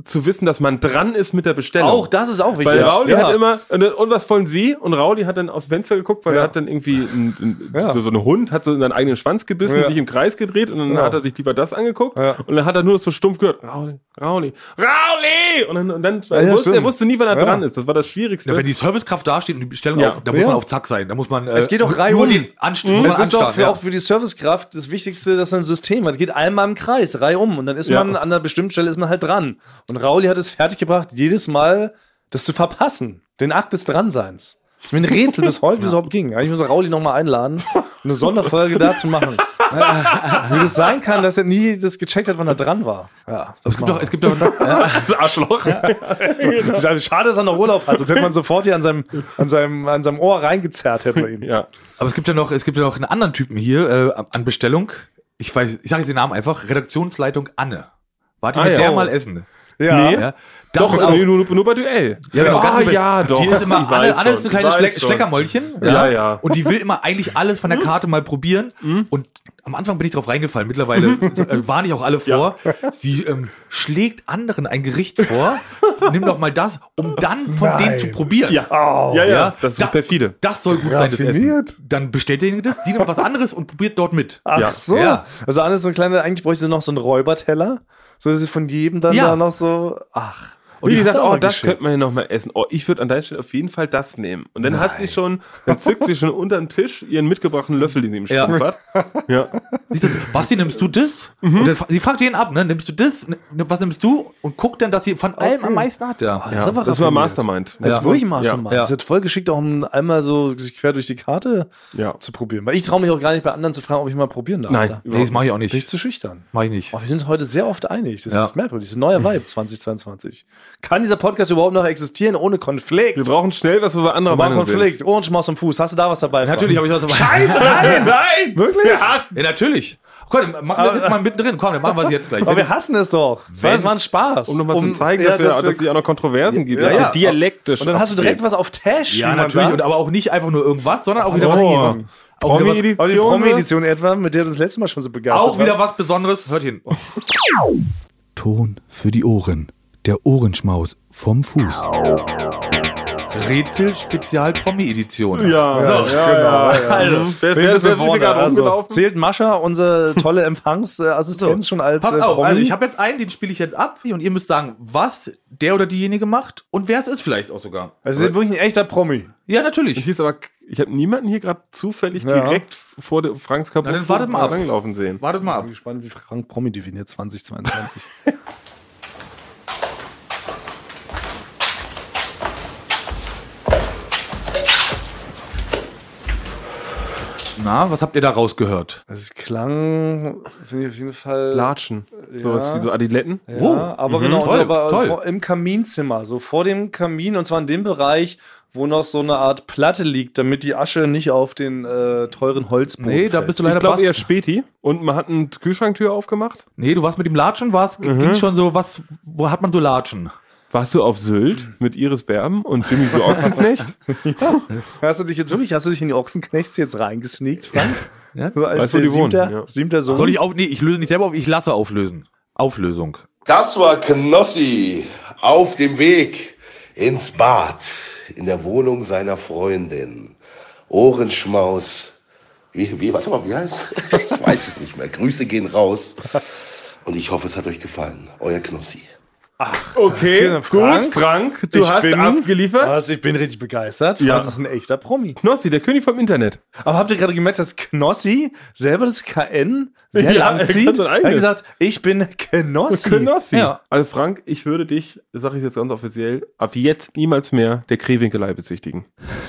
C: zu wissen, dass man dran ist mit der Bestellung.
B: auch das ist auch wichtig.
C: Weil Rauli
B: ja.
C: hat immer, und, und was wollen Sie? Und Rauli hat dann aufs Fenster geguckt, weil
B: Ja.
C: er hat dann irgendwie ein, ein,
B: Ja.
C: so, so einen Hund, hat so in seinen eigenen Schwanz gebissen,
B: Ja.
C: sich im Kreis gedreht und dann
B: Ja.
C: hat er sich lieber das angeguckt
B: Ja.
C: und dann hat er nur so stumpf gehört, Rauli, Rauli, Rauli! Und dann, und dann
B: ja,
C: er wusste, er
B: stimmt.
C: wusste nie, wann er
B: Ja.
C: dran ist. Das war das Schwierigste.
A: Ja, wenn die Servicekraft dasteht und die Bestellung
C: Ja.
A: auf, da muss
B: Ja.
A: man auf Zack sein. Da muss man äh,
B: Es geht doch
A: nur
B: reihum.
A: den Anstieg.
B: Es ist doch für, auch für die Servicekraft das Wichtigste, dass ein System hat. Geht einmal im Kreis, Reihe um und dann ist
C: Ja.
B: man an einer bestimmten Stelle ist man halt dran. Und Rauli hat es fertiggebracht, jedes Mal das zu verpassen, den Akt des Dranseins. Ich bin ein Rätsel bis heute, wie es überhaupt ging. Eigentlich muss Rauli nochmal einladen, eine um Sonderfolge da zu machen. Wie das sein kann, dass er nie das gecheckt hat, wann er dran war. Ja.
A: es gibt doch, es gibt doch,
C: Das Arschloch. Genau.
B: Schade, dass er noch Urlaub hat, sonst hätte man sofort hier an seinem, an seinem, an seinem Ohr reingezerrt, hätte man ihn.
C: Ja.
A: aber es gibt ja noch, es gibt ja noch einen anderen Typen hier äh, an Bestellung. Ich weiß, ich sage jetzt den Namen einfach. Redaktionsleitung Anne. Warte
C: Ah,
A: mit
C: ja.
A: der
C: Oh.
A: mal essen.
B: Ja.
C: Nee.
A: Ja, das
C: Doch,
A: ist
C: aber
A: auch,
C: nur, nur bei Duell.
A: Ja, genau, ganz
C: ah,
A: über-
C: ja, doch.
A: Die ist immer,
C: Ich
A: Anne,
C: weiß
A: Anne ist
C: schon,
A: ein kleines
C: ich
A: Schleck,
C: weiß schon.
A: Schleckermäulchen.
C: Ja, ja.
A: Und die will immer eigentlich alles von der
C: Mhm.
A: Karte mal probieren. Und am Anfang bin ich drauf reingefallen. Mittlerweile
C: Mhm.
A: äh, warne ich auch alle vor. Sie ähm, schlägt anderen ein Gericht vor. Nimm doch mal das, um dann von
B: Nein.
A: denen zu probieren.
C: Ja. ja, ja, das ist
A: Oh. Da-
C: perfide.
A: Das soll gut sein, das
B: Raffiniert.
A: Essen. Dann bestellt ihr das, die nimmt was anderes und probiert dort mit.
B: Ach
C: Ja.
B: so.
A: Ja.
B: Also Anne ist so ein kleiner, eigentlich bräuchte sie noch so einen Räuberteller, so dass sie von jedem dann
A: Ja.
B: da noch so, ach.
C: Und wie
B: die
C: gesagt,
B: hat's
C: oh,
B: aber
C: das
B: geschickt.
C: könnte man ja nochmal essen. Oh, ich würde an deiner Stelle auf jeden Fall das nehmen. Und dann hat sie schon, dann zückt sie schon unter den Tisch ihren mitgebrachten Löffel, den sie im
A: Ja.
C: Strumpf hat. Ja.
A: Siehst du, Basti, nimmst du das?
C: Mhm.
A: Und dann, fra- sie fragt jeden ab, ne? Nimmst du das? Ne, was nimmst du? Und guckt dann, dass sie von allem am meisten hat. Ja.
B: Ah, ist
C: Ah, ja.
B: aber
C: Das war
B: raffiniert.
C: Mastermind.
B: Das ist wirklich Mastermind.
A: Ja.
B: Das ist voll geschickt, auch um einmal so sich quer durch die Karte
C: Ja.
B: zu probieren. Weil ich traue mich auch gar nicht bei anderen zu fragen, ob ich mal probieren darf.
C: Nein,
B: Da.
A: Nee, das mache ich auch
B: Bin ich
A: nicht.
B: zu schüchtern.
A: Mach ich nicht.
B: Oh, wir sind heute sehr oft einig. Das
A: Ja.
B: ist merkwürdig. Das ist ein neuer Vibe 2022. Kann dieser Podcast überhaupt noch existieren ohne Konflikt?
C: Wir brauchen schnell was, wo wir anderer
B: Mal
C: Meinung
B: Konflikt. Orange Maus am Fuß. Hast du da was dabei?
A: Natürlich habe ich was dabei.
B: Scheiße, nein!
A: Nein!
B: Wirklich?
C: sind. Ja,
A: Ja, natürlich. Komm, dann machen wir das jetzt mal mittendrin. Komm, dann machen wir es jetzt gleich.
B: Aber wir hassen es doch. Weil es war ein Spaß.
C: um nochmal zu zeigen,
B: ja,
C: dass, wir,
B: dass wir-
C: dass es auch noch Kontroversen gibt.
A: Ja,
C: dass wir
A: ja.
C: Dialektisch.
B: und dann hast du direkt was auf Tash. wie
A: ja,
B: man
A: natürlich.
B: sagt.
A: Und aber auch nicht einfach nur irgendwas, sondern auch wieder
C: Oh.
A: was. Auch wieder was,
B: Aber die
C: Promi-Edition.
B: Promi-Edition etwa, mit der du das letzte Mal schon so begeistert
A: auch wieder
B: warst.
A: was Besonderes. Hört hin.
D: Ton für die Ohren. Der Ohrenschmaus vom Fuß.
A: Rätsel Spezial Promi Edition.
C: ne? Ja, so, ja, ja, ja. Also, wer,
B: Wer
C: wer ist
B: ist
C: denn
B: im
C: gerade
B: Warner? Also,
C: rumgelaufen?
B: zählt Mascha, unsere tolle Empfangsassistenz, schon als
A: Pass
B: äh,
A: auf,
B: Promi?
A: also ich habe jetzt einen, den spiele ich jetzt ab und ihr müsst sagen, was der oder diejenige macht und wer es ist vielleicht auch sogar.
B: also sie sind wirklich ein echter Promi.
A: Ja, natürlich.
C: Hier ist aber, ich habe niemanden hier gerade zufällig
B: Ja.
C: direkt vor der Franks kaputt
A: Na, dann wartet mal ab.
C: rangelaufen sehen.
A: Wartet mal
B: Ich
A: ab.
B: bin gespannt, wie Frank Promi definiert 2022.
A: Na, was habt ihr da rausgehört?
B: Es klang, finde ich auf jeden Fall.
C: Latschen. Sowas
B: Ja.
C: wie so Adiletten.
B: Ja, aber genau,
A: Oh, toll,
B: aber
A: toll.
B: Vor, im Kaminzimmer, so vor dem Kamin und zwar in dem Bereich, wo noch so eine Art Platte liegt, damit die Asche nicht auf den äh, teuren Holzboden
A: Nee, da
B: fällt.
A: bist du
C: Ich
A: leider
C: glaube
A: Basti.
C: eher Späti. Und man hat eine Kühlschranktür aufgemacht.
A: Nee, du warst mit dem Latschen, warst, ging schon so, was, wo hat man so Latschen?
C: Warst du auf Sylt mit Iris Berben und Jimmy B. Ochsenknecht?
B: Hast du dich jetzt wirklich, hast du dich in die Ochsenknechts jetzt reingesneakt, Frank?
A: Ja?
B: So als
C: Weißt du,
B: der
C: die wohnen,
B: siebter,
C: ja.
B: siebter Sohn.
A: Soll ich auf, nee, ich löse nicht selber auf, ich lasse auflösen. Auflösung.
E: Das war Knossi auf dem Weg ins Bad in der Wohnung seiner Freundin. Ohrenschmaus. Wie, wie, warte mal, wie heißt? Ich weiß es nicht mehr. Grüße gehen raus. Und ich hoffe, es hat euch gefallen. Euer Knossi.
C: Okay,
B: Das ist hier ein
C: gut, Frank, du
B: Ich
C: hast
B: bin-
C: abgeliefert.
B: Was, ich bin richtig begeistert.
C: Ja.
B: Das ist ein echter Promi.
C: Knossi, der König vom Internet.
B: Aber habt ihr gerade gemerkt, dass Knossi selber das KN sehr
C: Ja,
B: lang
C: er
B: zieht?
C: hat sein
B: Er hat
C: eigenes.
B: gesagt, ich bin Knossi.
C: Knossi.
A: Ja.
C: Also Frank, ich würde dich, sage ich jetzt ganz offiziell, ab jetzt niemals mehr der Krewinkelei bezichtigen.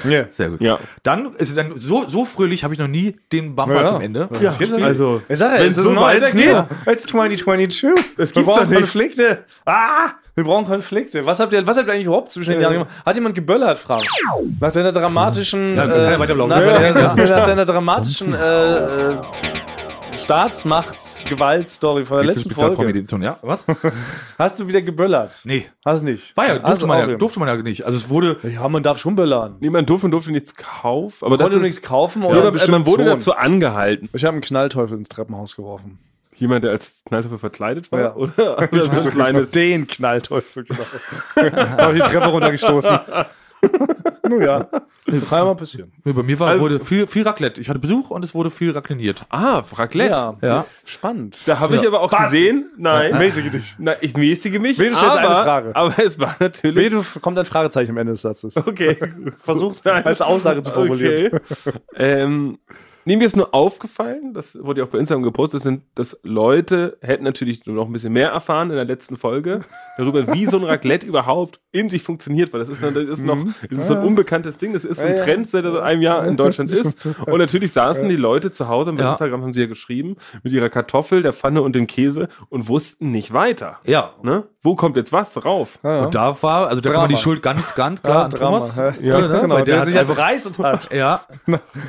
B: Ja.
A: Sehr gut.
C: Ja.
A: Dann ist dann so, so fröhlich habe ich noch nie den Bumper
B: Ja.
A: zum Ende.
B: Ja, also, ich sag ja,
C: wenn
B: es
C: es
B: ist
C: so
B: neu, it's
C: weitergeht.
B: new. It's 2022.
C: Das
B: wir
C: gibt's
B: brauchen
C: doch nicht.
B: Konflikte. Ah, wir brauchen Konflikte. Was habt ihr, was habt ihr eigentlich überhaupt zwischen den Jahren gemacht? Hat jemand geböllert, Frank? Nach deiner dramatischen, äh,
A: Ja, kann ja weiterlaufen.
B: nach,
A: Ja,
B: deiner, nach deiner dramatischen, äh, äh, Staatsmachts-Gewalt-Story von der
A: Jetzt ist
B: letzten
A: Spezial-
B: Folge.
A: Comedy-Edition, ja? Was?
B: Hast du wieder geböllert?
A: Nee.
B: Hast nicht.
A: War ja, durfte,
B: Hast du auch
A: man ja,
B: eben.
A: durfte man ja nicht. Also es wurde,
B: Ja, man darf schon böllern.
C: Niemand durfte und durfte nichts kaufen. Aber
B: Konnte
C: das
B: du
C: ist-
B: nichts kaufen
C: Ja,
B: oder
C: aber man wurde
B: Zonen.
C: dazu angehalten.
B: Ich habe einen Knallteufel ins Treppenhaus geworfen.
C: Jemand, der als Knalltöpfe verkleidet war,
B: Ja.
C: oder? oder so ein kleines.
B: den Knallteufel, genau. habe ich die Treppe runtergestoßen. Nun ja, kann mal passieren.
A: nee, bei mir war, wurde viel, viel Raclette. Ich hatte Besuch und es wurde viel racliniert.
C: Ah, Raclette.
B: Ja,
A: Ja.
B: spannend.
C: Da habe ich aber auch gesehen, nein,
B: Mäßige dich.
C: Na, ich mäßige mich,
B: Wähle jetzt
C: aber,
B: eine Frage.
C: aber es war natürlich...
B: Bedu kommt ein Fragezeichen am Ende des Satzes.
C: Okay,
B: Versuch's als Aussage zu formulieren.
C: Okay. ähm, Nee, mir ist nur aufgefallen, das wurde ja auch bei Instagram gepostet, sind, dass Leute hätten natürlich nur noch ein bisschen mehr erfahren in der letzten Folge darüber, wie so ein Raclette überhaupt in sich funktioniert, weil das ist, noch- das ist
B: Mhm.
C: noch das
B: Ah.
C: ist so ein unbekanntes Ding, das ist ein Trend, seit das einem Jahr in Deutschland ist. Und natürlich saßen die Leute zu Hause und bei
A: Ja.
C: Instagram haben sie ja geschrieben, mit ihrer Kartoffel, der Pfanne und dem Käse und wussten nicht weiter.
A: Ja.
C: Ne? Wo kommt jetzt was drauf?
A: Und da war, also da kann man die Schuld ganz, ganz klar
B: Ja,
A: an
B: Drama.
A: Thomas.
B: Ja,
A: ne?
B: genau,
A: Weil
B: der,
A: der,
B: sich
A: hat
B: halt
A: einfach,
B: reißt und hat.
A: ja.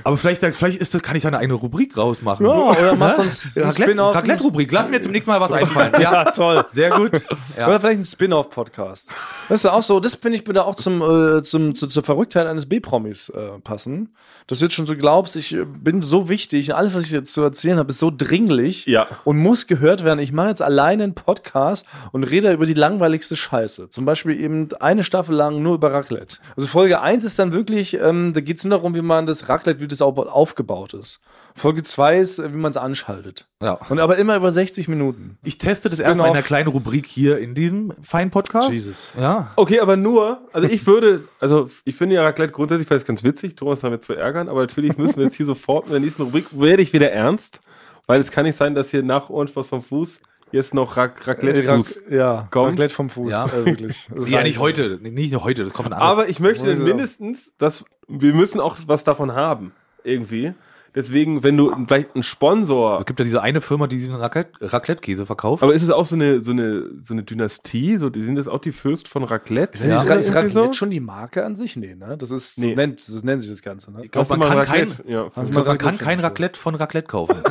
A: Aber vielleicht, vielleicht ist das, kann ich da eine eigene Rubrik rausmachen.
B: Ja, oder machst du uns einen Spin-off.
A: Raclette-Rubrik. Lass mir zum nächsten Mal was einfallen. Ja,
B: toll.
A: sehr gut. Ja.
B: Oder vielleicht ein Spin-off-Podcast. Das ist ja auch so, das finde ich bitte auch zum, äh, zum, zu, zur Verrücktheit eines B-Promis äh, passen. Dass du jetzt schon so glaubst, ich äh, bin so wichtig, alles, was ich jetzt zu erzählen habe, ist so dringlich
C: Ja.
B: und muss gehört werden. Ich mache jetzt alleine einen Podcast und rede über die langweiligste Scheiße. Zum Beispiel eben eine Staffel lang nur über Raclette. Also Folge 1 ist dann wirklich, ähm, da geht es nur darum, wie man das Raclette, wie das au- aufgebaut ist. Folge 2 ist, äh, wie man es anschaltet.
A: Ja.
B: Und aber immer über 60 Minuten.
A: Ich teste das erstmal in
B: Spin-off.
A: einer kleinen Rubrik hier in diesem feinen Podcast.
B: Jesus.
A: Ja.
C: Okay, aber nur, also ich würde, also ich finde ja Raclette grundsätzlich vielleicht ganz witzig, Thomas damit zu ärgern, aber natürlich müssen wir jetzt hier sofort in der nächsten Rubrik, werde ich wieder ernst, weil es kann nicht sein, dass hier nach und was vom Fuß jetzt noch Rac Raclette-Fuß.
B: Rac- Äh, Ja,
C: kommt.
B: Raclette vom Fuß.
A: Ja.
B: äh, wirklich. Das
A: Ja,
B: reicht.
A: nicht heute. Nicht nur heute, das kommt ein anderes.
C: Aber ich möchte
B: Wo ist er?
C: mindestens, dass wir müssen auch was davon haben, irgendwie. Deswegen, wenn du vielleicht einen Sponsor,
A: es gibt ja diese eine Firma, die diesen Raclette- Raclette-Käse verkauft.
C: aber ist es auch so eine, so eine, so eine Dynastie, so, die sind das auch die Fürst von Raclette?
B: Ist, Ra- ist
C: Irgendwie
B: Raclette
C: so?
B: schon die Marke an sich? Nee, ne? Das ist,
C: Nee.
B: nennt, das nennt sich das Ganze, ne?
A: glaub,
C: Hast du mal Raclette?
A: kein,
C: Ja.
A: ich glaub, man kann
B: Also Raclette
A: kein
B: finden.
A: Raclette von Raclette kaufen.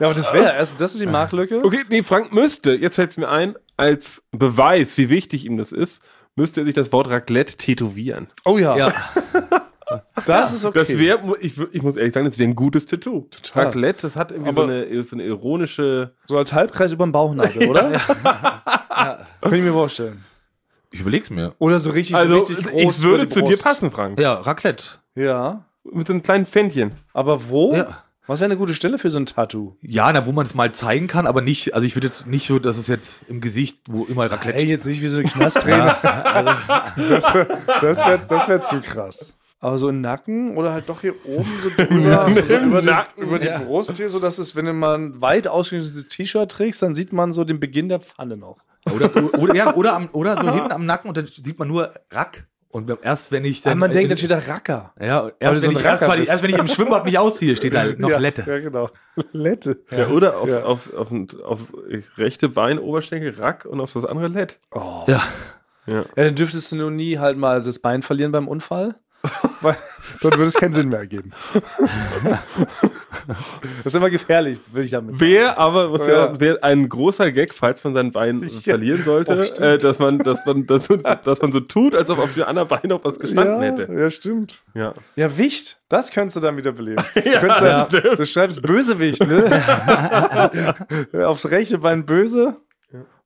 B: Ja, aber das wäre erst, das ist die Marktlücke.
C: Okay, nee, Frank müsste, jetzt fällt es mir ein, als Beweis, wie wichtig ihm das ist, müsste er sich das Wort Raclette tätowieren.
B: Oh ja.
A: ja.
B: Das ist okay.
C: Das wäre, ich, wür- ich muss ehrlich sagen, das wäre ein gutes Tattoo. Raclette, das hat irgendwie so
B: Aber-
C: eine, so eine ironische.
B: so als Halbkreis über dem Bauchnabel, oder? Kann ich mir vorstellen.
A: Ich überleg's mir.
B: Oder so richtig,
C: Also,
B: so richtig groß.
C: ich würde
B: über die
C: zu dir
B: Brust.
C: passen, Frank.
A: Ja, Raclette.
B: Ja.
C: Mit so einem kleinen Fändchen.
B: Aber wo?
A: Ja.
B: Was wäre eine gute Stelle für so ein Tattoo?
A: Ja, na, wo man es mal zeigen kann, aber nicht, also ich würde jetzt nicht so, dass es jetzt im Gesicht, wo immer Raclette
B: Ey, jetzt nicht wie so ein Knasttrainer. also, das das wäre das wär zu krass. Aber so im Nacken oder halt doch hier oben so drüber, Also so über,
C: Nacken,
B: die, über die Brust hier, sodass es, wenn man weit ausgeschnittenes T-Shirt trägst, dann sieht man so den Beginn der Pfanne noch.
A: Oder, oder, ja, oder, am, oder so hinten am Nacken und dann sieht man nur Rack. Und erst wenn ich dann.
B: Dann, Ah, man denkt,
A: wenn-
B: dann steht da Racker.
A: ja,
B: weil du
A: erst,
B: so
A: wenn
B: ein
A: ich, erst,
B: Racker
A: weil ich,
B: bist.
A: erst wenn ich im Schwimmbad mich ausziehe, steht da noch
B: ja,
A: Lette.
B: Ja, genau. Lette.
C: Ja, oder aufs,
B: Ja.
C: Aufs, aufs, aufs rechte Bein, Oberschenkel, Rack und auf das andere Lett.
A: Ja.
B: Ja, Oh. dann dürftest du nur nie halt mal das Bein verlieren beim Unfall. Weil dann würde es keinen Sinn mehr ergeben. das ist immer gefährlich, will ich damit sagen.
C: Wer aber, muss
B: Ja.
C: ja, wer ein großer Gag, falls man sein Bein verlieren sollte,
B: Oh, stimmt.
C: äh, dass man, dass man, dass, dass man so tut, als ob auf dem anderen Bein noch was gestanden hätte.
B: ja, stimmt.
C: Ja.
B: Ja, Wicht, das könntest du dann wieder beleben. Du könntest ja, Du schreibst Bösewicht, ne? aufs rechte Bein böse,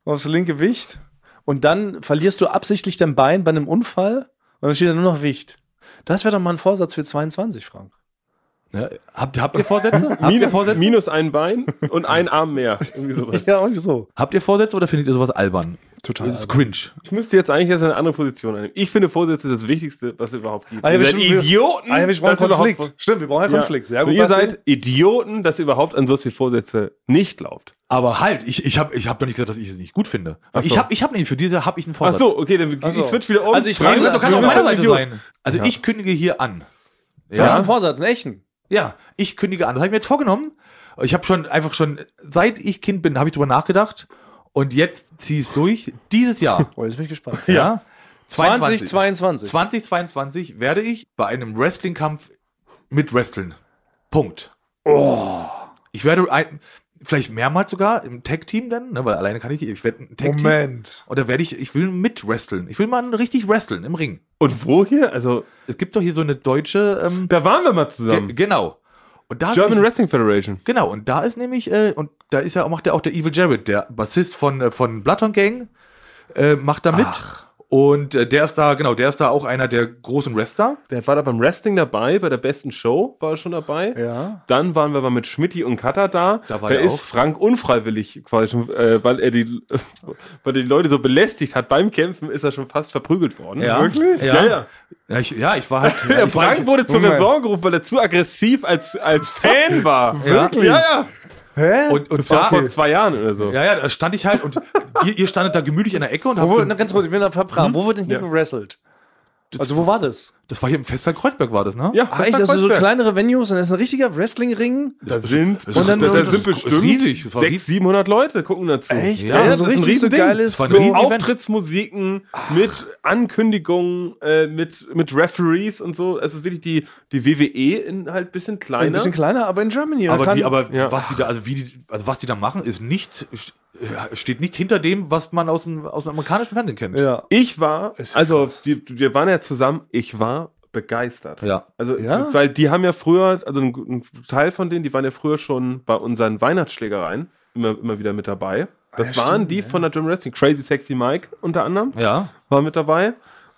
B: aufs linke Wicht. Und dann verlierst du absichtlich dein Bein bei einem Unfall und dann steht da nur noch Wicht. Das wäre doch mal ein Vorsatz für 22, Frank.
A: Ne? Habt, habt ihr Vorsätze? Habt ihr
C: Minus,
A: Vorsätze?
C: minus ein Bein und ein Arm mehr. Irgendwie sowas.
B: Ja, irgendwie so.
A: Habt ihr Vorsätze oder findet ihr sowas albern?
B: Total
A: Das ist cringe.
C: Ich müsste jetzt eigentlich erst eine andere Position einnehmen. Ich finde Vorsätze das Wichtigste, was es überhaupt gibt.
B: Ah, ja,
C: Ihr
B: wir
C: seid
B: stimmen-
C: Idioten.
B: Ah, ja, wir brauchen
C: dass ihr überhaupt-
B: Konflikt. Stimmt, wir brauchen ja
C: Ja. Also
B: Konflikt. Sehr gut.
C: ihr
B: Basti.
C: seid Idioten, dass ihr überhaupt an solche Vorsätze nicht glaubt.
A: Aber halt, ich, ich habe ich hab doch nicht gesagt, dass ich es nicht gut finde. Weil
C: so.
A: Ich habe ich hab nicht, für diese habe ich einen
C: Ach
A: Vorsatz.
C: so, okay, dann
B: so.
C: ich switch wieder um.
B: Also ich
C: Frank,
B: rede-
C: das
A: Das kann doch
C: Junge
A: meine
C: von
A: Seite
C: Idiot.
A: sein. Also ich kündige hier an.
B: Du hast einen Vorsatz, einen echten.
A: Ja, ich kündige an. Das habe ich mir jetzt vorgenommen. Ich habe schon einfach schon, seit ich Kind bin, habe ich drüber nachgedacht. Und jetzt ziehe ich es durch. Dieses Jahr.
B: Oh, jetzt bin ich gespannt.
A: ja.
B: 2022. 22.
A: 2022 werde ich bei einem Wrestlingkampf mit wresteln. Punkt. Oh. Ich werde ein, vielleicht mehrmals sogar im Tag-Team dann, ne, weil alleine kann ich nicht. Ich werde ein Tag-Team.
B: Moment.
A: Und da werde ich, ich will mit wresteln. Ich will mal richtig wresteln im Ring.
C: Und wo hier? Also,
A: Es gibt doch hier so eine deutsche, ähm,
C: da waren wir mal
A: ge
C: zusammen.
A: genau. Und da hab
C: German
A: ich-
C: Wrestling Federation.
A: Genau, und da ist nämlich, äh, und da ist ja auch, macht ja auch der Evil Jared, der Bassist von, äh, von Bloodhound Gang, äh, macht da mit. Und äh, der ist da, genau, der ist da auch einer der großen Wrestler.
C: Der war da beim Wrestling dabei, bei der besten Show war er schon dabei.
B: Ja.
C: Dann waren wir mal mit Schmidti und Katter da.
A: Da war
C: der
A: er
C: ist
A: auch.
C: Frank unfreiwillig quasi schon, äh, weil er die, weil er die Leute so belästigt hat beim Kämpfen, ist er schon fast verprügelt worden.
A: Ja,
C: Ja,
A: ja.
C: ja.
A: Ja, ich, ja, ich war halt.
C: Der
A: ich war,
C: Frank wurde zum
B: Moment.
C: Ressort gerufen, weil er zu aggressiv als, als Fan war.
A: Wirklich?
C: Ja, ja.
B: Hä?
A: und, und
C: Das war
A: zwar,
C: vor zwei Jahren oder so.
A: ja, ja, da stand ich halt und ihr, ihr standet da gemütlich in der Ecke und
B: wo wurde,
A: habt,
B: na, ganz kurz, ich will noch fragen, wo wurde denn hier
C: Ja.
B: gewrestelt? Also wo war das?
A: das war hier im Fester Kreuzberg war das, ne?
C: Ja,
B: Ach, echt, also
C: das war
B: so
C: Kreuzberg.
B: kleinere Venues und das ist ein richtiger Wrestling-Ring.
C: Da sind,
A: ist-
B: das- das
A: ist riesig, das war riesig.
C: 600, 700 Leute gucken dazu.
B: Echt?
C: Ja,
B: Also
C: das
B: so
C: ist ein
B: richtig so
C: Riesending.
B: geiles
C: Das war ein
A: so-
C: Riesen-
A: Event.
C: Auftrittsmusiken mit Ankündigungen, äh, mit, mit Referees und so. Es ist wirklich die, die WWE in halt bisschen kleiner.
B: Ein bisschen kleiner, aber in Germany.
A: Aber,
B: Und
A: die, aber
C: ja.
A: was die da, also wie die, also was die da machen, ist nicht, st- äh, steht nicht hinter dem, was man aus dem, aus dem amerikanischen Fernsehen kennt.
B: ja.
C: ich war,
B: Ist ja
C: also
B: krass.
C: wir, wir waren ja zusammen, ich war begeistert.
A: Ja.
C: Also,
B: Ja?
C: weil die haben ja früher, also ein, ein Teil von denen, die waren ja früher schon bei unseren Weihnachtsschlägereien immer, immer wieder mit dabei. Das
B: ja,
C: waren
B: stimmt,
C: die von der German Wrestling. Crazy Sexy Mike unter anderem.
A: Ja.
C: war mit dabei.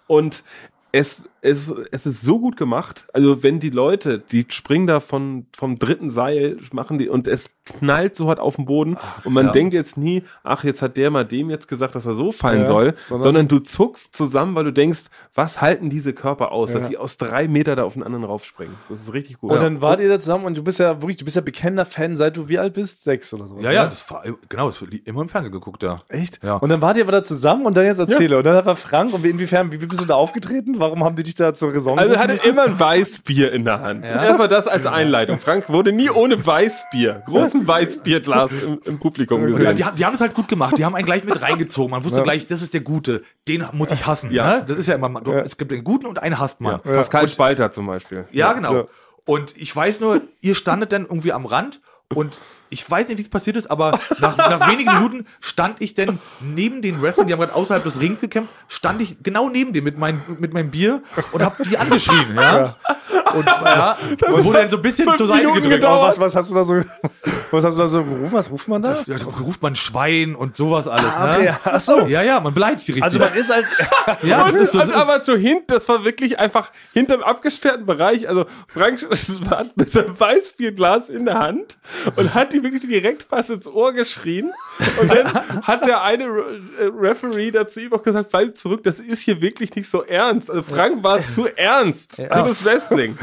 C: Und es, es, es ist so gut gemacht. Also, wenn die Leute, die springen da von, vom dritten Seil, machen die und es knallt so hart auf den Boden. und man
A: ja.
C: denkt jetzt nie, ach, jetzt hat der mal dem jetzt gesagt, dass er so fallen
B: Ja,
C: soll,
B: sondern-
C: sondern, du zuckst zusammen, weil du denkst, was halten diese Körper aus, dass sie aus drei Meter da auf den anderen raufspringen. Das ist richtig gut.
B: Und dann wart ihr da zusammen und du bist ja wirklich, du bist ja bekennender Fan, seit du wie alt bist? Sechs oder so.
A: Ja, ja, das war, genau, das li- immer im Fernsehen geguckt da.
B: Echt?
A: Ja.
B: Und dann wart ihr aber da zusammen und dann jetzt erzähle. Und dann war Frank und inwiefern, wie bist du da aufgetreten? Warum haben die dich da zur Raison
C: also er
B: gerufen müssen?
C: hatte immer ein Weißbier in der Hand. Erstmal das als Einleitung. Frank wurde nie ohne Weißbier, großen Weißbierglas im, im Publikum gesehen.
A: Ja, die, haben- die haben es halt gut gemacht. Die haben einen gleich mit reingezogen. Man wusste gleich, das ist der Gute. Den muss ich hassen. Ne? Das ist ja immer, du, es gibt den Guten und einen hasst man. Ja,
C: Pascal Spalter zum Beispiel.
A: genau. Und ich weiß nur, ihr standet dann irgendwie am Rand und ich weiß nicht, wie es passiert ist, aber nach, nach wenigen Minuten stand ich denn neben den Wrestlern, die haben gerade außerhalb des Rings gekämpft, stand ich genau neben dem mit, mein, mit meinem Bier und hab die angeschrien. Ja? Und ja, man wurde dann so ein bisschen zur Seite
C: Minuten
A: gedrückt. Oh,
B: Aber was, was hast du da so, was hast du da so gerufen? Was ruft man da?
A: Ja, da ruft man Schwein und sowas alles.
B: Ah,
A: ne?
B: ja. Ach so.
A: Ja, ja, man beleidigt die richtig.
B: Also man ist als,
A: ja, das
C: Und,
A: ist, also, das
C: und
A: ist,
C: aber so hint, das war wirklich einfach hinterm abgesperrten Bereich. Also Frank hat mit seinem Weißbierglas in der Hand und hat die wirklich direkt fast ins Ohr geschrien. Und dann hat der eine Re- äh, Referee dazu ihm auch gesagt, bleib zurück, das ist hier wirklich nicht so ernst. Also Frank war zu ernst für das Wrestling.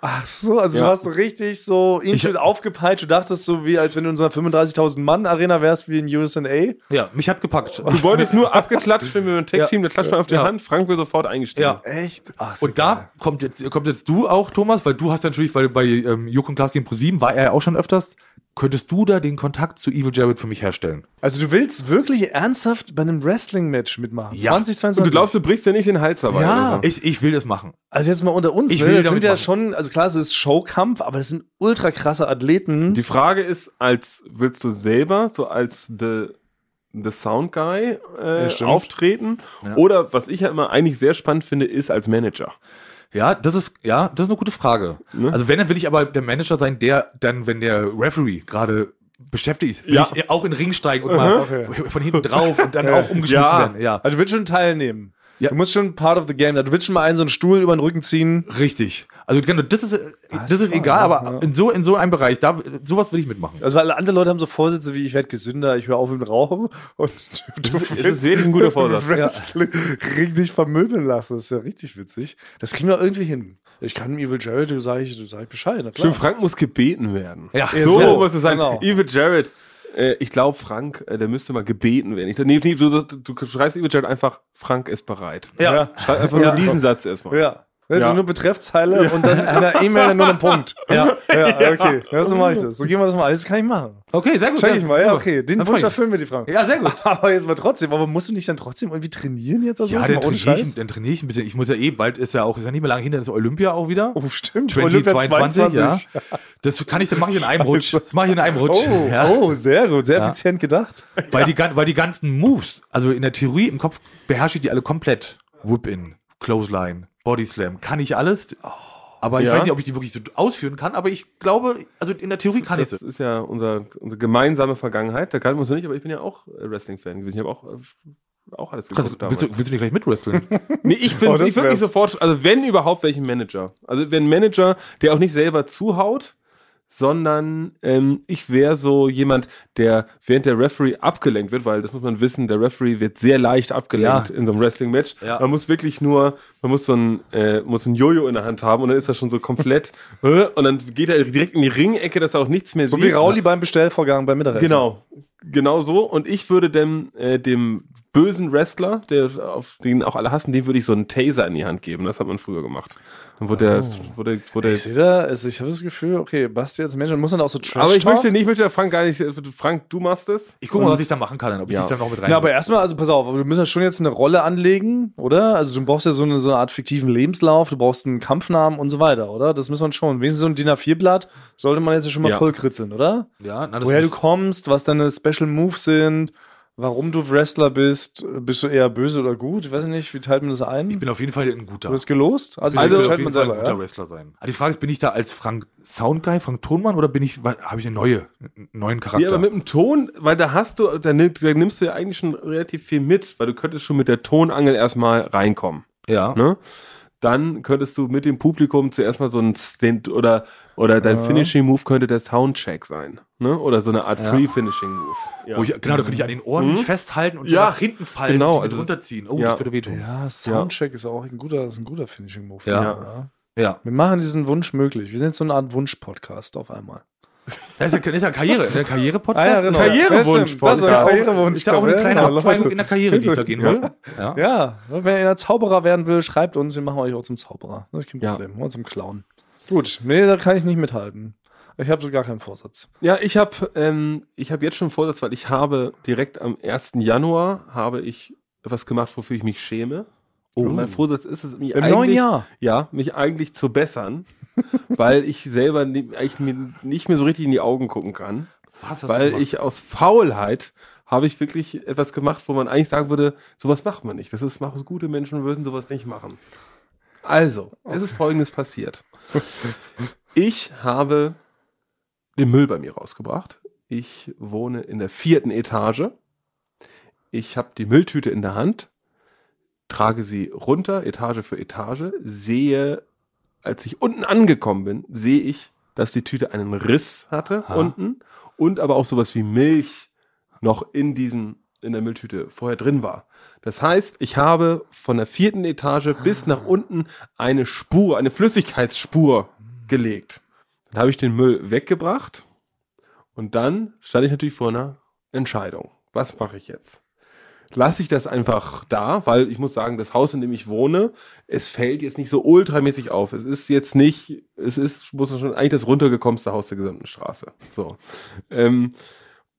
B: ach so, also du warst so richtig so into aufgepeitscht. Du dachtest so wie, als wenn du in so einer 35.000 Mann Arena wärst, wie in USA.
A: ja, mich hat gepackt.
C: Du wolltest nur abgeklatscht werden mit dem Tech-Team, der klatscht man auf die
A: Ja.
C: Hand, Frank wird sofort eingestiegen.
A: Ja.
B: Echt? Ach, so
A: Und da kommt jetzt, kommt jetzt du auch, Thomas, weil du hast ja natürlich, weil bei ähm, Joko und Klaas gegen ProSieben war er ja auch schon öfters. Könntest du da den Kontakt zu Evil Jared für mich herstellen?
B: Also du willst wirklich ernsthaft bei einem Wrestling-Match mitmachen?
A: Ja.
B: 2022?
C: Und du glaubst, du brichst dir nicht den Hals dabei.
B: Ja.
C: oder so.
A: Ich, ich will das machen.
B: also jetzt mal unter uns,
A: Ich
B: ne?
A: will
B: das
A: damit
B: sind ja
A: machen.
B: schon, also klar, es ist Showkampf, aber das sind ultra krasse Athleten.
C: Die Frage ist, als willst du selber so als the, the Sound Guy äh,
B: Ja, stimmt.
C: auftreten oder was ich ja immer eigentlich sehr spannend finde, ist als Manager.
A: Ja, das ist, ja, das ist eine gute Frage.
C: Ne?
A: Also wenn, dann will ich aber der Manager sein, der dann, wenn der Referee gerade beschäftigt ist, will
C: Ja.
A: ich auch in den Ring steigen und mal von hinten drauf und dann auch umgeschmissen
C: Ja.
A: werden. Ja,
B: Also du willst schon teilnehmen. Du musst schon part of the game. Du willst schon mal einen so einen Stuhl über den Rücken ziehen.
A: richtig. Also genau, das ist, das ist egal, aber in so, in so einem Bereich, da, sowas will ich mitmachen.
B: Also alle andere Leute haben so Vorsätze wie, ich werde gesünder, ich höre auf mit dem Rauchen. Und du, du
C: Das ist wirklich ein guter Vorsatz.
B: Wrestling Ring dich vermöbeln lassen. Das ist ja richtig witzig. Das kriegen wir irgendwie hin. Ich kann dem Evil Jared, du sag ich, du sag ich Bescheid. Na klar.
C: Stimmt, Frank muss gebeten werden.
A: Ja,
C: so,
B: so,
C: muss es sein.
B: genau.
C: Evil Jared. äh, Ich glaube, Frank, äh, der müsste mal gebeten werden. Ich, glaub, nee, nee, du, du schreibst Evil Jared einfach, Frank ist bereit.
B: Ja.
C: Schreib einfach
B: Ja.
C: nur diesen Satz erstmal.
B: Ja. Also
C: Ja.
B: nur Betreffzeile und dann in der E-Mail dann nur einen Punkt.
A: Ja.
B: ja okay. Ja, so mache ich das. So gehen wir das mal an. Das kann ich machen.
A: Okay, sehr gut.
B: Check ich mal, ja,
A: super.
B: okay. Den
A: Dann
B: Wunsch
A: freu ich
B: erfüllen wir die Fragen.
A: mich. Ja, sehr gut.
B: Aber jetzt mal trotzdem, aber musst du nicht dann trotzdem irgendwie trainieren jetzt? Also
A: Ja,
B: mal
A: dann
B: ohne
A: trainiere, ich,
B: Scheiß?
A: dann trainiere ich ein bisschen. Ich muss ja eh, bald ist ja auch, ist ja nicht mehr lange hinter, ist Olympia auch wieder.
B: Oh, stimmt.
A: 2022, ja. Das kann ich, dann mache ich in einem Rutsch. Das mache ich in einem Rutsch.
B: Oh,
A: ja.
B: oh, sehr gut, sehr effizient gedacht.
A: Weil, die, gan- weil die ganzen Moves, also in der Theorie im Kopf beherrsche ich die alle komplett. Whip-In, Clothesline, Body Slam, kann ich alles. Aber ich
C: Ja.
A: weiß nicht, ob ich die wirklich so ausführen kann, aber ich glaube, also in der Theorie kann ich
C: Das
A: sie.
C: ist ja unser, unsere gemeinsame Vergangenheit. Da kannten wir uns ja nicht, aber ich bin ja auch äh, Wrestling-Fan gewesen. Ich habe auch äh, auch alles
B: Also,
A: Kannst,
C: geguckt
A: du- willst, du, willst du nicht gleich mitwresteln?
C: Nee, ich
B: Oh,
C: bin
B: das
C: ich wirklich
B: wär's.
C: sofort, also wenn überhaupt welchen Manager. Also wenn Manager, der auch nicht selber zuhaut, sondern ähm, ich wäre so jemand, der während der Referee abgelenkt wird, weil das muss man wissen, der Referee wird sehr leicht abgelenkt
A: Ja.
C: in so einem Wrestling-Match.
A: Ja.
C: Man muss wirklich nur, man muss so ein, äh, muss ein Jojo in der Hand haben und dann ist er schon so komplett äh, und dann geht er direkt in die Ringecke, dass er auch nichts mehr
B: So
C: sieht.
B: wie Rauli beim Bestellvorgang beim Mittagessen.
A: Also
C: Genau, genau so. Und ich würde dem, äh, dem bösen Wrestler, der auf den auch alle hassen, dem würde ich so einen Taser in die Hand geben. Das hat man früher gemacht. Dann wurde
A: Ah.
C: der, wurde, wurde
B: Ich sehe da, also ich habe das Gefühl, okay, Basti als Manager muss dann auch so Trash
C: aber ich
B: Talk-
C: möchte nicht, ich möchte Frank gar nicht, Frank, du machst es.
A: Ich gucke mal, was ich da machen kann, ob ich
C: Ja.
A: dich da noch mit rein.
B: Na, aber erstmal, also pass auf, aber du musst ja schon jetzt eine Rolle anlegen, oder? Also du brauchst ja so eine, so eine Art fiktiven Lebenslauf, du brauchst einen Kampfnamen und so weiter, oder? Das muss man schon. Wenigstens so ein DIN A4-Blatt sollte man jetzt ja schon mal
C: Ja.
B: voll kritzeln, oder?
A: ja, na, das
B: Woher du
A: muss-
B: kommst, was deine Special Moves sind, warum du Wrestler bist, bist du eher böse oder gut? Ich weiß nicht, wie teilt man das ein?
A: ich bin auf jeden Fall ein guter.
B: du bist gelost?
A: Also
B: Also, das
A: auf
B: entscheidet
A: jeden
B: man
A: Fall ein
B: selber,
A: guter
B: ja?
A: Wrestler sein. Also die Frage ist, bin ich da als Frank Soundguy, Frank Tonmann oder bin ich, habe ich eine neue, einen neuen Charakter?
C: Ja, aber mit dem Ton, weil da hast du, da, nimm- da nimmst du ja eigentlich schon relativ viel mit, weil du könntest schon mit der Tonangel erstmal reinkommen.
A: ja.
C: ne? Dann könntest du mit dem Publikum zuerst mal so ein Stint oder, oder dein Finishing Move könnte der Soundcheck sein. Ne? Oder so eine Art Free Finishing Move.
A: Wo ich, genau, da könnte ich an den Ohren
B: Mhm.
A: mich festhalten und
C: Ja,
A: nach hinten fallen
C: genau,
A: und die mit
C: also-
A: runterziehen. Oh,
C: ja.
A: das könnte wehtun. Ja.
B: Ja, Soundcheck ist auch ein guter, ist ein guter Finishing-Move.
A: Ja.
B: Wir machen diesen Wunsch möglich. Wir sind so eine Art Wunsch-Podcast auf einmal.
A: Das ist ja, das ist ja Karriere, der Karriere-Podcast.
B: Ah, ja, genau.
C: Karrierewunsch,
B: Ja, stimmt. Das ist ein
C: Podcast.
A: Ist
B: Karrierewunsch.
A: ja auch eine
B: Ja,
A: kleine
B: genau,
A: Abzweigung
B: Leute.
A: in der Karriere, die ich da gehen will. Ja.
B: Ja, wenn ihr Zauberer werden will, schreibt uns, wir machen euch auch zum Zauberer. Das ist kein
C: Ja.
B: Problem. Und zum Clown. Gut, nee, da kann ich nicht mithalten. Ich habe so gar keinen Vorsatz.
C: Ja, ich habe ähm, ich hab jetzt schon Vorsatz, weil ich habe direkt am 1. Januar habe ich etwas gemacht, wofür ich mich schäme. Und mein Vorsatz ist es, mich
B: Oh. Im
C: eigentlich-
B: neuen Jahr?
C: Ja, mich eigentlich zu bessern, weil ich selber nie, eigentlich mir nicht mehr so richtig in die Augen gucken kann.
A: Was hast du
C: Weil
A: gemacht?
C: ich aus Faulheit habe ich wirklich etwas gemacht, wo man eigentlich sagen würde, sowas macht man nicht. Das ist, mach- gute Menschen würden sowas nicht machen. Also, es ist Folgendes passiert. Ich habe den Müll bei mir rausgebracht. Ich wohne in der vierten Etage. Ich habe die Mülltüte in der Hand, trage sie runter, Etage für Etage, sehe, als ich unten angekommen bin, sehe ich, dass die Tüte einen Riss hatte
A: Aha.
C: unten und aber auch sowas wie Milch noch in diesem in der Mülltüte vorher drin war. Das heißt, ich habe von der vierten Etage bis nach unten eine Spur, eine Flüssigkeitsspur gelegt. Dann habe ich den Müll weggebracht und dann stand ich natürlich vor einer Entscheidung. Was mache ich jetzt? Lasse ich das einfach da, weil ich muss sagen, das Haus, in dem ich wohne, es fällt jetzt nicht so ultramäßig auf. Es ist jetzt nicht, es ist, muss man schon eigentlich das runtergekommenste Haus der gesamten Straße. So. Ähm,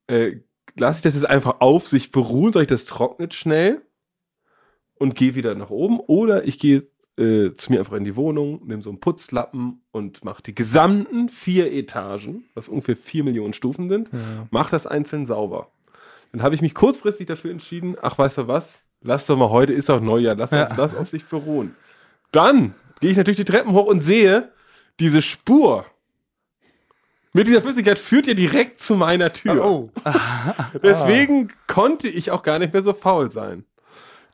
C: äh, lasse ich das jetzt einfach auf sich beruhen, sage ich, das trocknet schnell und gehe wieder nach oben oder ich gehe äh, zu mir einfach in die Wohnung, nehme so einen Putzlappen und mache die gesamten vier Etagen, was ungefähr vier Millionen Stufen sind, mach das einzeln sauber. Dann habe ich mich kurzfristig dafür entschieden, ach, weißt du was, lass doch mal, heute ist auch Neujahr, lass doch das auf sich beruhen. Dann gehe ich natürlich die Treppen hoch und sehe, diese Spur mit dieser Flüssigkeit führt ihr direkt zu meiner Tür.
B: Oh.
C: Ah. Deswegen konnte ich auch gar nicht mehr so faul sein.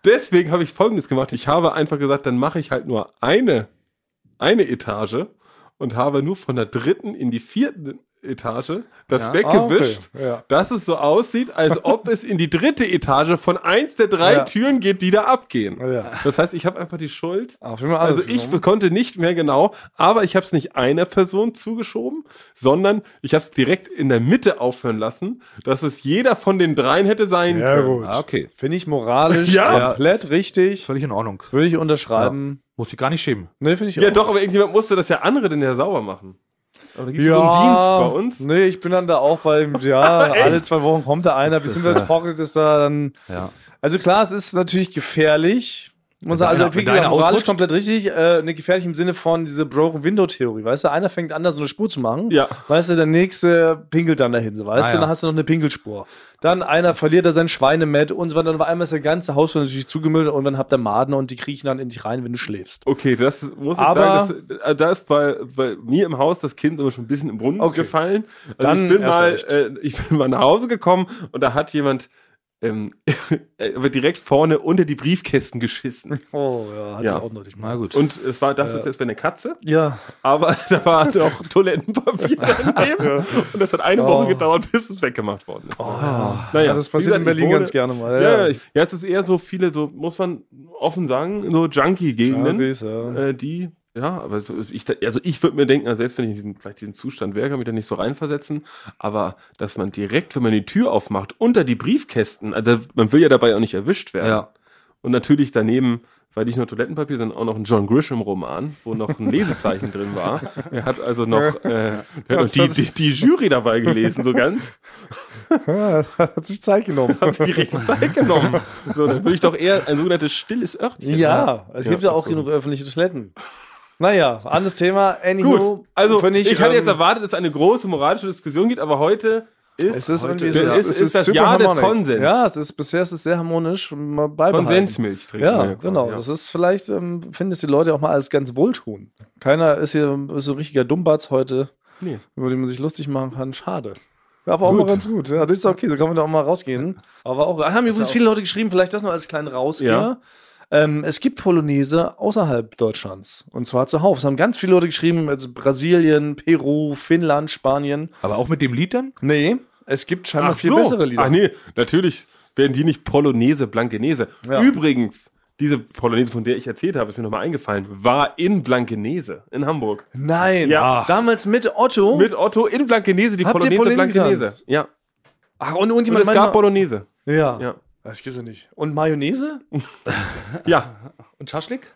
C: Deswegen habe ich folgendes gemacht. Ich habe einfach gesagt, dann mache ich halt nur eine, eine Etage und habe nur von der dritten in die vierte Etage das
A: Ja.
C: weggewischt,
B: Ah, okay. Ja.
C: dass es so aussieht, als ob es in die dritte Etage von eins der drei
B: Ja.
C: Türen geht, die da abgehen.
B: Ja.
C: Das heißt, ich habe einfach die Schuld
B: Auf jeden Fall
C: also ich
B: genommen.
C: konnte nicht mehr genau, aber ich habe es nicht einer Person zugeschoben, sondern ich habe es direkt in der Mitte aufhören lassen, dass es jeder von den dreien hätte sein
B: Sehr
C: können.
B: gut.
A: Ah, okay.
B: Finde ich moralisch
C: Ja.
B: komplett richtig.
A: Völlig in Ordnung.
B: Würde ich unterschreiben.
A: Muss ich gar nicht schämen.
B: Nee, finde ich
C: Ja, doch, aber irgendjemand musste das ja andere denn ja sauber machen. Aber da gibt's
B: ja,
C: so einen Dienst bei uns.
B: Nee, ich bin dann da auch beim, ja, alle zwei Wochen kommt da einer, beziehungsweise trocknet es da dann.
A: Ja.
B: Also klar, es ist natürlich gefährlich. Man sagt,
A: einer-
B: also wie
A: wenn da
B: gesagt,
A: einer
B: moralisch
A: ausrutscht.
B: komplett richtig, äh, ne, gefährlich im Sinne von diese Broken Window Theorie, weißt du, einer fängt an, da so eine Spur zu machen,
C: Ja.
B: weißt du, der nächste pinkelt dann dahin, so, weißt
A: Ah,
B: du,
A: ja.
B: dann hast du noch eine Pinkelspur. Dann einer verliert da sein Schweinemett und so weiter, dann auf einmal ist der ganze Haus natürlich zugemüllt und dann habt ihr Maden und die kriechen dann in dich rein, wenn du schläfst.
C: Okay, das muss ich
B: Aber-
C: sagen, das, äh, da ist bei, bei mir im Haus das Kind immer schon ein bisschen im Brunnen
B: Okay.
C: gefallen. Also
B: Dann
C: ich bin
B: erst
C: mal,
B: recht.
C: äh, ich bin mal nach Hause gekommen und da hat jemand äh, ähm, aber direkt vorne unter die Briefkästen geschissen.
B: Oh, ja, hatte
C: Ja.
B: ich auch noch nicht mal.
A: Na gut.
C: Und es war, dachte zuerst, es wäre eine Katze,
B: Ja,
C: aber da war doch Toilettenpapier daneben. Und das hat eine Woche gedauert, bis es weggemacht worden ist. naja,
B: ja, Oh. das passiert
C: Wie gesagt,
B: in Berlin
C: ich wohne-
B: ganz gerne mal.
C: Ja, ja, ich, ja, es ist eher so viele, so muss man offen sagen, so Junkie-Gegenden,
B: Junkies, ja.
C: äh, die, ja, aber so- ich, also ich würde mir denken, also selbst wenn ich in vielleicht diesem Zustand wäre, kann ich mich da nicht so reinversetzen, aber dass man direkt, wenn man die Tür aufmacht, unter die Briefkästen, also man will ja dabei auch nicht erwischt werden.
A: Ja.
C: Und natürlich daneben weil nicht nur Toilettenpapier, sondern auch noch ein John Grisham-Roman, wo noch ein Lesezeichen drin war. Er hat also noch, äh, der hat noch die, die, die Jury dabei gelesen, so ganz
B: hat sich Zeit genommen.
C: hat sich richtig Zeit genommen. So, dann würde ich doch eher ein sogenanntes stilles Örtchen. ne?
B: Ja, es gibt ja auch genug öffentliche Toiletten. Naja, anderes Thema. Anywho,
C: Gut, also
B: finde
C: ich, hatte
B: ähm,
C: jetzt erwartet, dass es eine große moralische Diskussion gibt, aber heute ist,
B: Es ist irgendwie
C: das ist, ist, das Jahr des Konsens.
B: Ja, es ist bisher ist es sehr harmonisch. Mal beibehalten.
C: Konsensmilch trinken
B: Ja,
C: wir quasi,
B: genau.
C: ja.
B: Das ist vielleicht, ähm, findest die Leute auch mal als ganz wohltun. Keiner ist hier ist so ein richtiger Dummbatz heute,
C: Nee.
B: über den man sich lustig machen kann. Schade. Aber auch mal ganz gut. Ja, das ist okay, so kann man da auch mal rausgehen. Aber auch, ah, haben übrigens viele Leute geschrieben, vielleicht das nur als kleinen Rausgeher. Ähm, es gibt Polonaise außerhalb Deutschlands und zwar zuhauf. Es haben ganz viele Leute geschrieben, also Brasilien, Peru, Finnland, Spanien.
A: Aber auch mit dem Lied dann?
B: Nee, es gibt scheinbar
C: Ach
B: viel
C: so.
B: bessere Lieder.
C: Ach nee, natürlich werden die nicht Polonaise, Blankenese.
B: Ja.
C: Übrigens, diese Polonaise, von der ich erzählt habe, ist mir nochmal eingefallen, war in Blankenese, in Hamburg.
B: Nein,
C: Ja.
B: damals mit Otto.
C: Mit Otto in Blankenese, die
B: Oh. Habt ihr
C: Polonaise,
B: Polonaise
C: Blankenese.
B: getanzt?
C: Ja.
B: Ach, und
C: Und
B: irgendjemand
C: es gab Bolognese.
B: Ja.
C: Ja.
B: Das gibt's ja nicht. Und Mayonnaise?
C: Ja,
A: Und Schaschlik?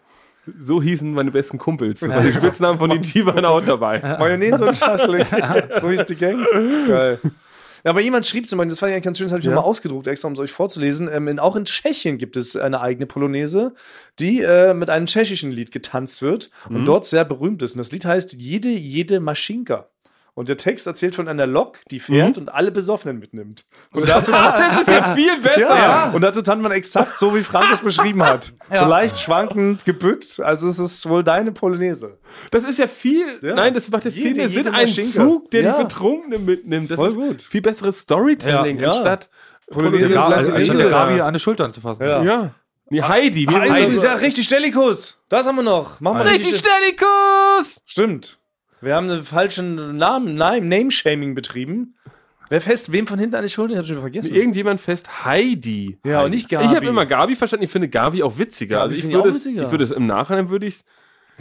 C: So hießen meine besten Kumpels. Also die Spitznamen von denen, die waren auch dabei.
B: Mayonnaise und Schaschlik. so hieß die Gang. Geil. Ja, aber jemand schrieb zum Beispiel, das fand ich eigentlich ganz schön, das habe ich nochmal ausgedruckt, extra um es euch vorzulesen. Ähm, in, auch in Tschechien gibt es eine eigene Polonaise, die äh, mit einem tschechischen Lied getanzt wird
C: Mhm.
B: und dort sehr berühmt ist. Und das Lied heißt Jede, jede Maschinka. Und der Text erzählt von einer Lok, die fährt und alle Besoffenen mitnimmt. Und dazu,
C: Mhm. Das ist ja viel besser.
B: Ja. Und dazu tanzt man exakt so, wie Frank es beschrieben hat. So leicht schwankend, gebückt. Also es ist wohl deine Polonaise.
C: Das ist ja viel.
B: Ja.
C: Nein, das macht ja viel
B: Jede-
C: mehr
B: jede
C: Sinn. Ein
B: Maschinke.
C: Zug, der
B: Ja.
C: die Betrunkene mitnimmt. Das
B: Voll
C: ist
B: gut.
C: viel besseres Storytelling
B: Ja, ja.
C: anstatt
B: Polonaise,
A: Ja,
B: Blankenese.
A: anstatt der Gabi an die Schultern zu fassen.
B: Ja.
C: Ja. Nee, Heidi. wir-
B: Heidi, ist ja richtig Stellikus. Das haben wir noch. Machen wir richtig,
C: Richtig Stellikus!
B: Stimmt. Wir haben einen falschen Namen, Name- Name-Shaming betrieben. Wer fest, wem von hinten an die Schulter? Ich hab schon vergessen.
C: Irgendjemand fest Heidi.
B: ja, und nicht Gabi.
C: Ich habe immer Gabi verstanden. Ich finde Gabi auch witziger.
B: Gabi
C: also ich
B: finde ich
C: würde,
B: auch
C: es,
B: witziger.
C: ich würde es im Nachhinein würde ich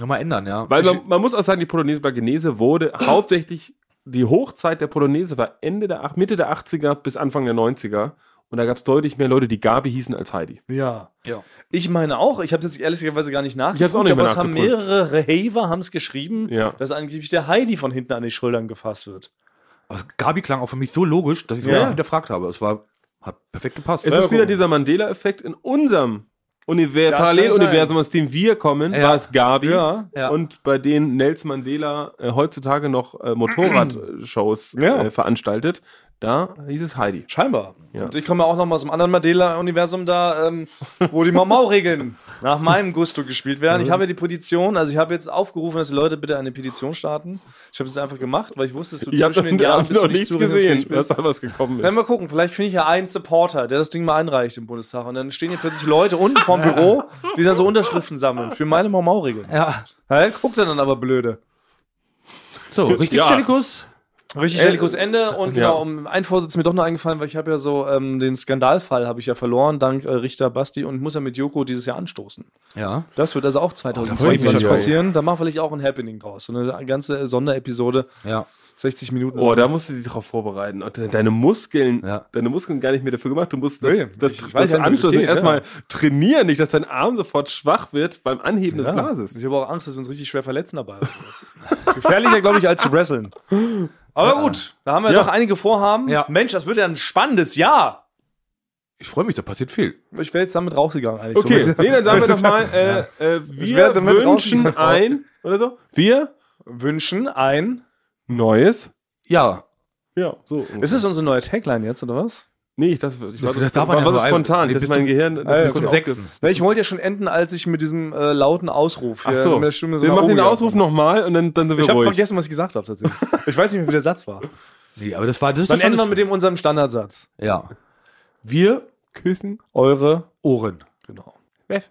A: Nochmal ändern, ja.
C: Weil man, man muss auch sagen, die Polonaise Blankenese wurde hauptsächlich, die Hochzeit der Polonaise war Ende der, ach- Mitte der 80er bis Anfang der 90er. Und da gab es deutlich mehr Leute, die Gabi hießen als Heidi.
B: Ja.
A: Ja.
B: Ich meine auch. Ich habe jetzt ehrlicherweise gar nicht nachgeguckt.
C: hab's auch nicht
B: aber
C: mehr
B: es haben
C: nachgeprüft.
B: mehrere Haver haben es geschrieben,
C: Ja.
B: dass angeblich der Heidi von hinten an die Schultern gefasst wird.
A: Aber Gabi klang auch für mich so logisch, dass ich es
B: Ja.
A: ja. hinterfragt habe. Es war, hat perfekt gepasst.
C: Es ist wieder dieser Mandela-Effekt in unserem Univer
B: Das kann
C: Paralleluniversum, aus dem wir kommen, war es Gabi.
B: Ja.
A: Ja.
C: Und bei denen Nelson Mandela äh, heutzutage noch äh, Motorradshows
B: Ja.
C: äh, veranstaltet, da hieß es Heidi.
B: Scheinbar. Und ich komme ja auch noch mal aus einem anderen Mandela-Universum da, ähm, wo die Mamau-Regeln nach meinem Gusto gespielt werden.
C: Mhm.
B: Ich habe die Petition, also ich habe jetzt aufgerufen, dass die Leute bitte eine Petition starten. Ich habe das einfach gemacht, weil ich wusste, dass du
C: Ich habe
B: zwischen den Jahren
C: noch,
B: bist du
C: noch
B: nicht
C: nichts gesehen,
B: zurechnungsfähig
C: dass
B: bist.
C: da was gekommen
B: Wenn
C: ist.
B: wir gucken, vielleicht finde ich ja einen Supporter, der das Ding mal einreicht im Bundestag. Und dann stehen hier plötzlich Leute unten vom Büro, die dann so Unterschriften sammeln für meine Mamau-Regeln.
A: Ja.
B: Ja, guckt er dann aber blöde.
A: So, richtig
C: Ja.
A: Stellikus.
B: Richtig
A: Äh,
B: Jellikos Ende und
C: Ja.
B: genau, um ein Vorsitz ist mir doch noch eingefallen, weil ich habe ja so ähm, den Skandalfall habe ich ja verloren, dank äh, Richter Basti und muss ja mit Joko dieses Jahr anstoßen.
A: Ja.
B: Das wird also auch
A: Oh, freue ich mich
B: 2022
A: schon.
B: passieren. Da machen wir vielleicht auch ein Happening draus. So eine ganze Sonderepisode,
A: Ja.
B: 60 Minuten.
C: Oh, da musst du dich drauf vorbereiten. Und de- deine Muskeln,
A: Ja.
C: deine Muskeln gar nicht mehr dafür gemacht. Du musst das,
B: Nee,
C: das,
B: ich- ich
C: das,
B: weiß ja, wie
C: Anstoß
B: das geht,
C: erstmal trainieren, nicht, dass dein Arm sofort schwach wird beim Anheben des Glases.
B: Ich habe auch Angst, dass wir uns richtig schwer verletzen dabei. Das ist gefährlicher, glaube ich, als zu wresteln. Aber gut, da haben wir
C: Ja.
B: doch einige Vorhaben.
A: Ja.
B: Mensch, das wird ja ein spannendes Jahr.
A: Ich freue mich, da passiert viel.
B: Ich wäre jetzt damit rausgegangen eigentlich.
C: Okay,
B: So mit-
C: nee, dann sagen
B: Das
C: wir doch
B: ist-
C: mal, äh, äh,
B: Ich
C: wir
B: werde mit
C: wünschen
B: rausschneiden.
C: ein oder so. Wir
B: Wünschen ein.
C: Neues.
A: Ja.
C: Ja, so.
B: Ist es unsere neue Tagline jetzt, oder was?
C: nee, ich, das, ich
A: Das-
C: war,
A: das darf
C: war,
A: man ja
C: war so
A: nur ein-
C: spontan.
A: Nee,
C: Das
A: bis
C: mein
A: zum-
C: Gehirn.
B: Ah, ja,
C: Das
B: bis zum Na, ich wollte ja schon enden, als ich mit diesem äh, lauten Ausruf
C: Ach
B: hier
C: so.
B: mit der Stimme so
C: wir
B: nach
C: machen
B: oben
C: den
B: gegangen
C: Ausruf nochmal und dann, dann sind
B: bin.
C: wir
B: Ich habe
C: ruhig.
B: vergessen, was ich gesagt habe tatsächlich. Ich weiß nicht mehr, wie der Satz war.
A: Nee, aber das war das. ist
B: Dann
A: schon-
B: enden wir mit dem unserem Standardsatz.
A: Ja.
C: Wir
A: küssen
B: Eure
F: Ohren.
B: Genau.
A: Wef.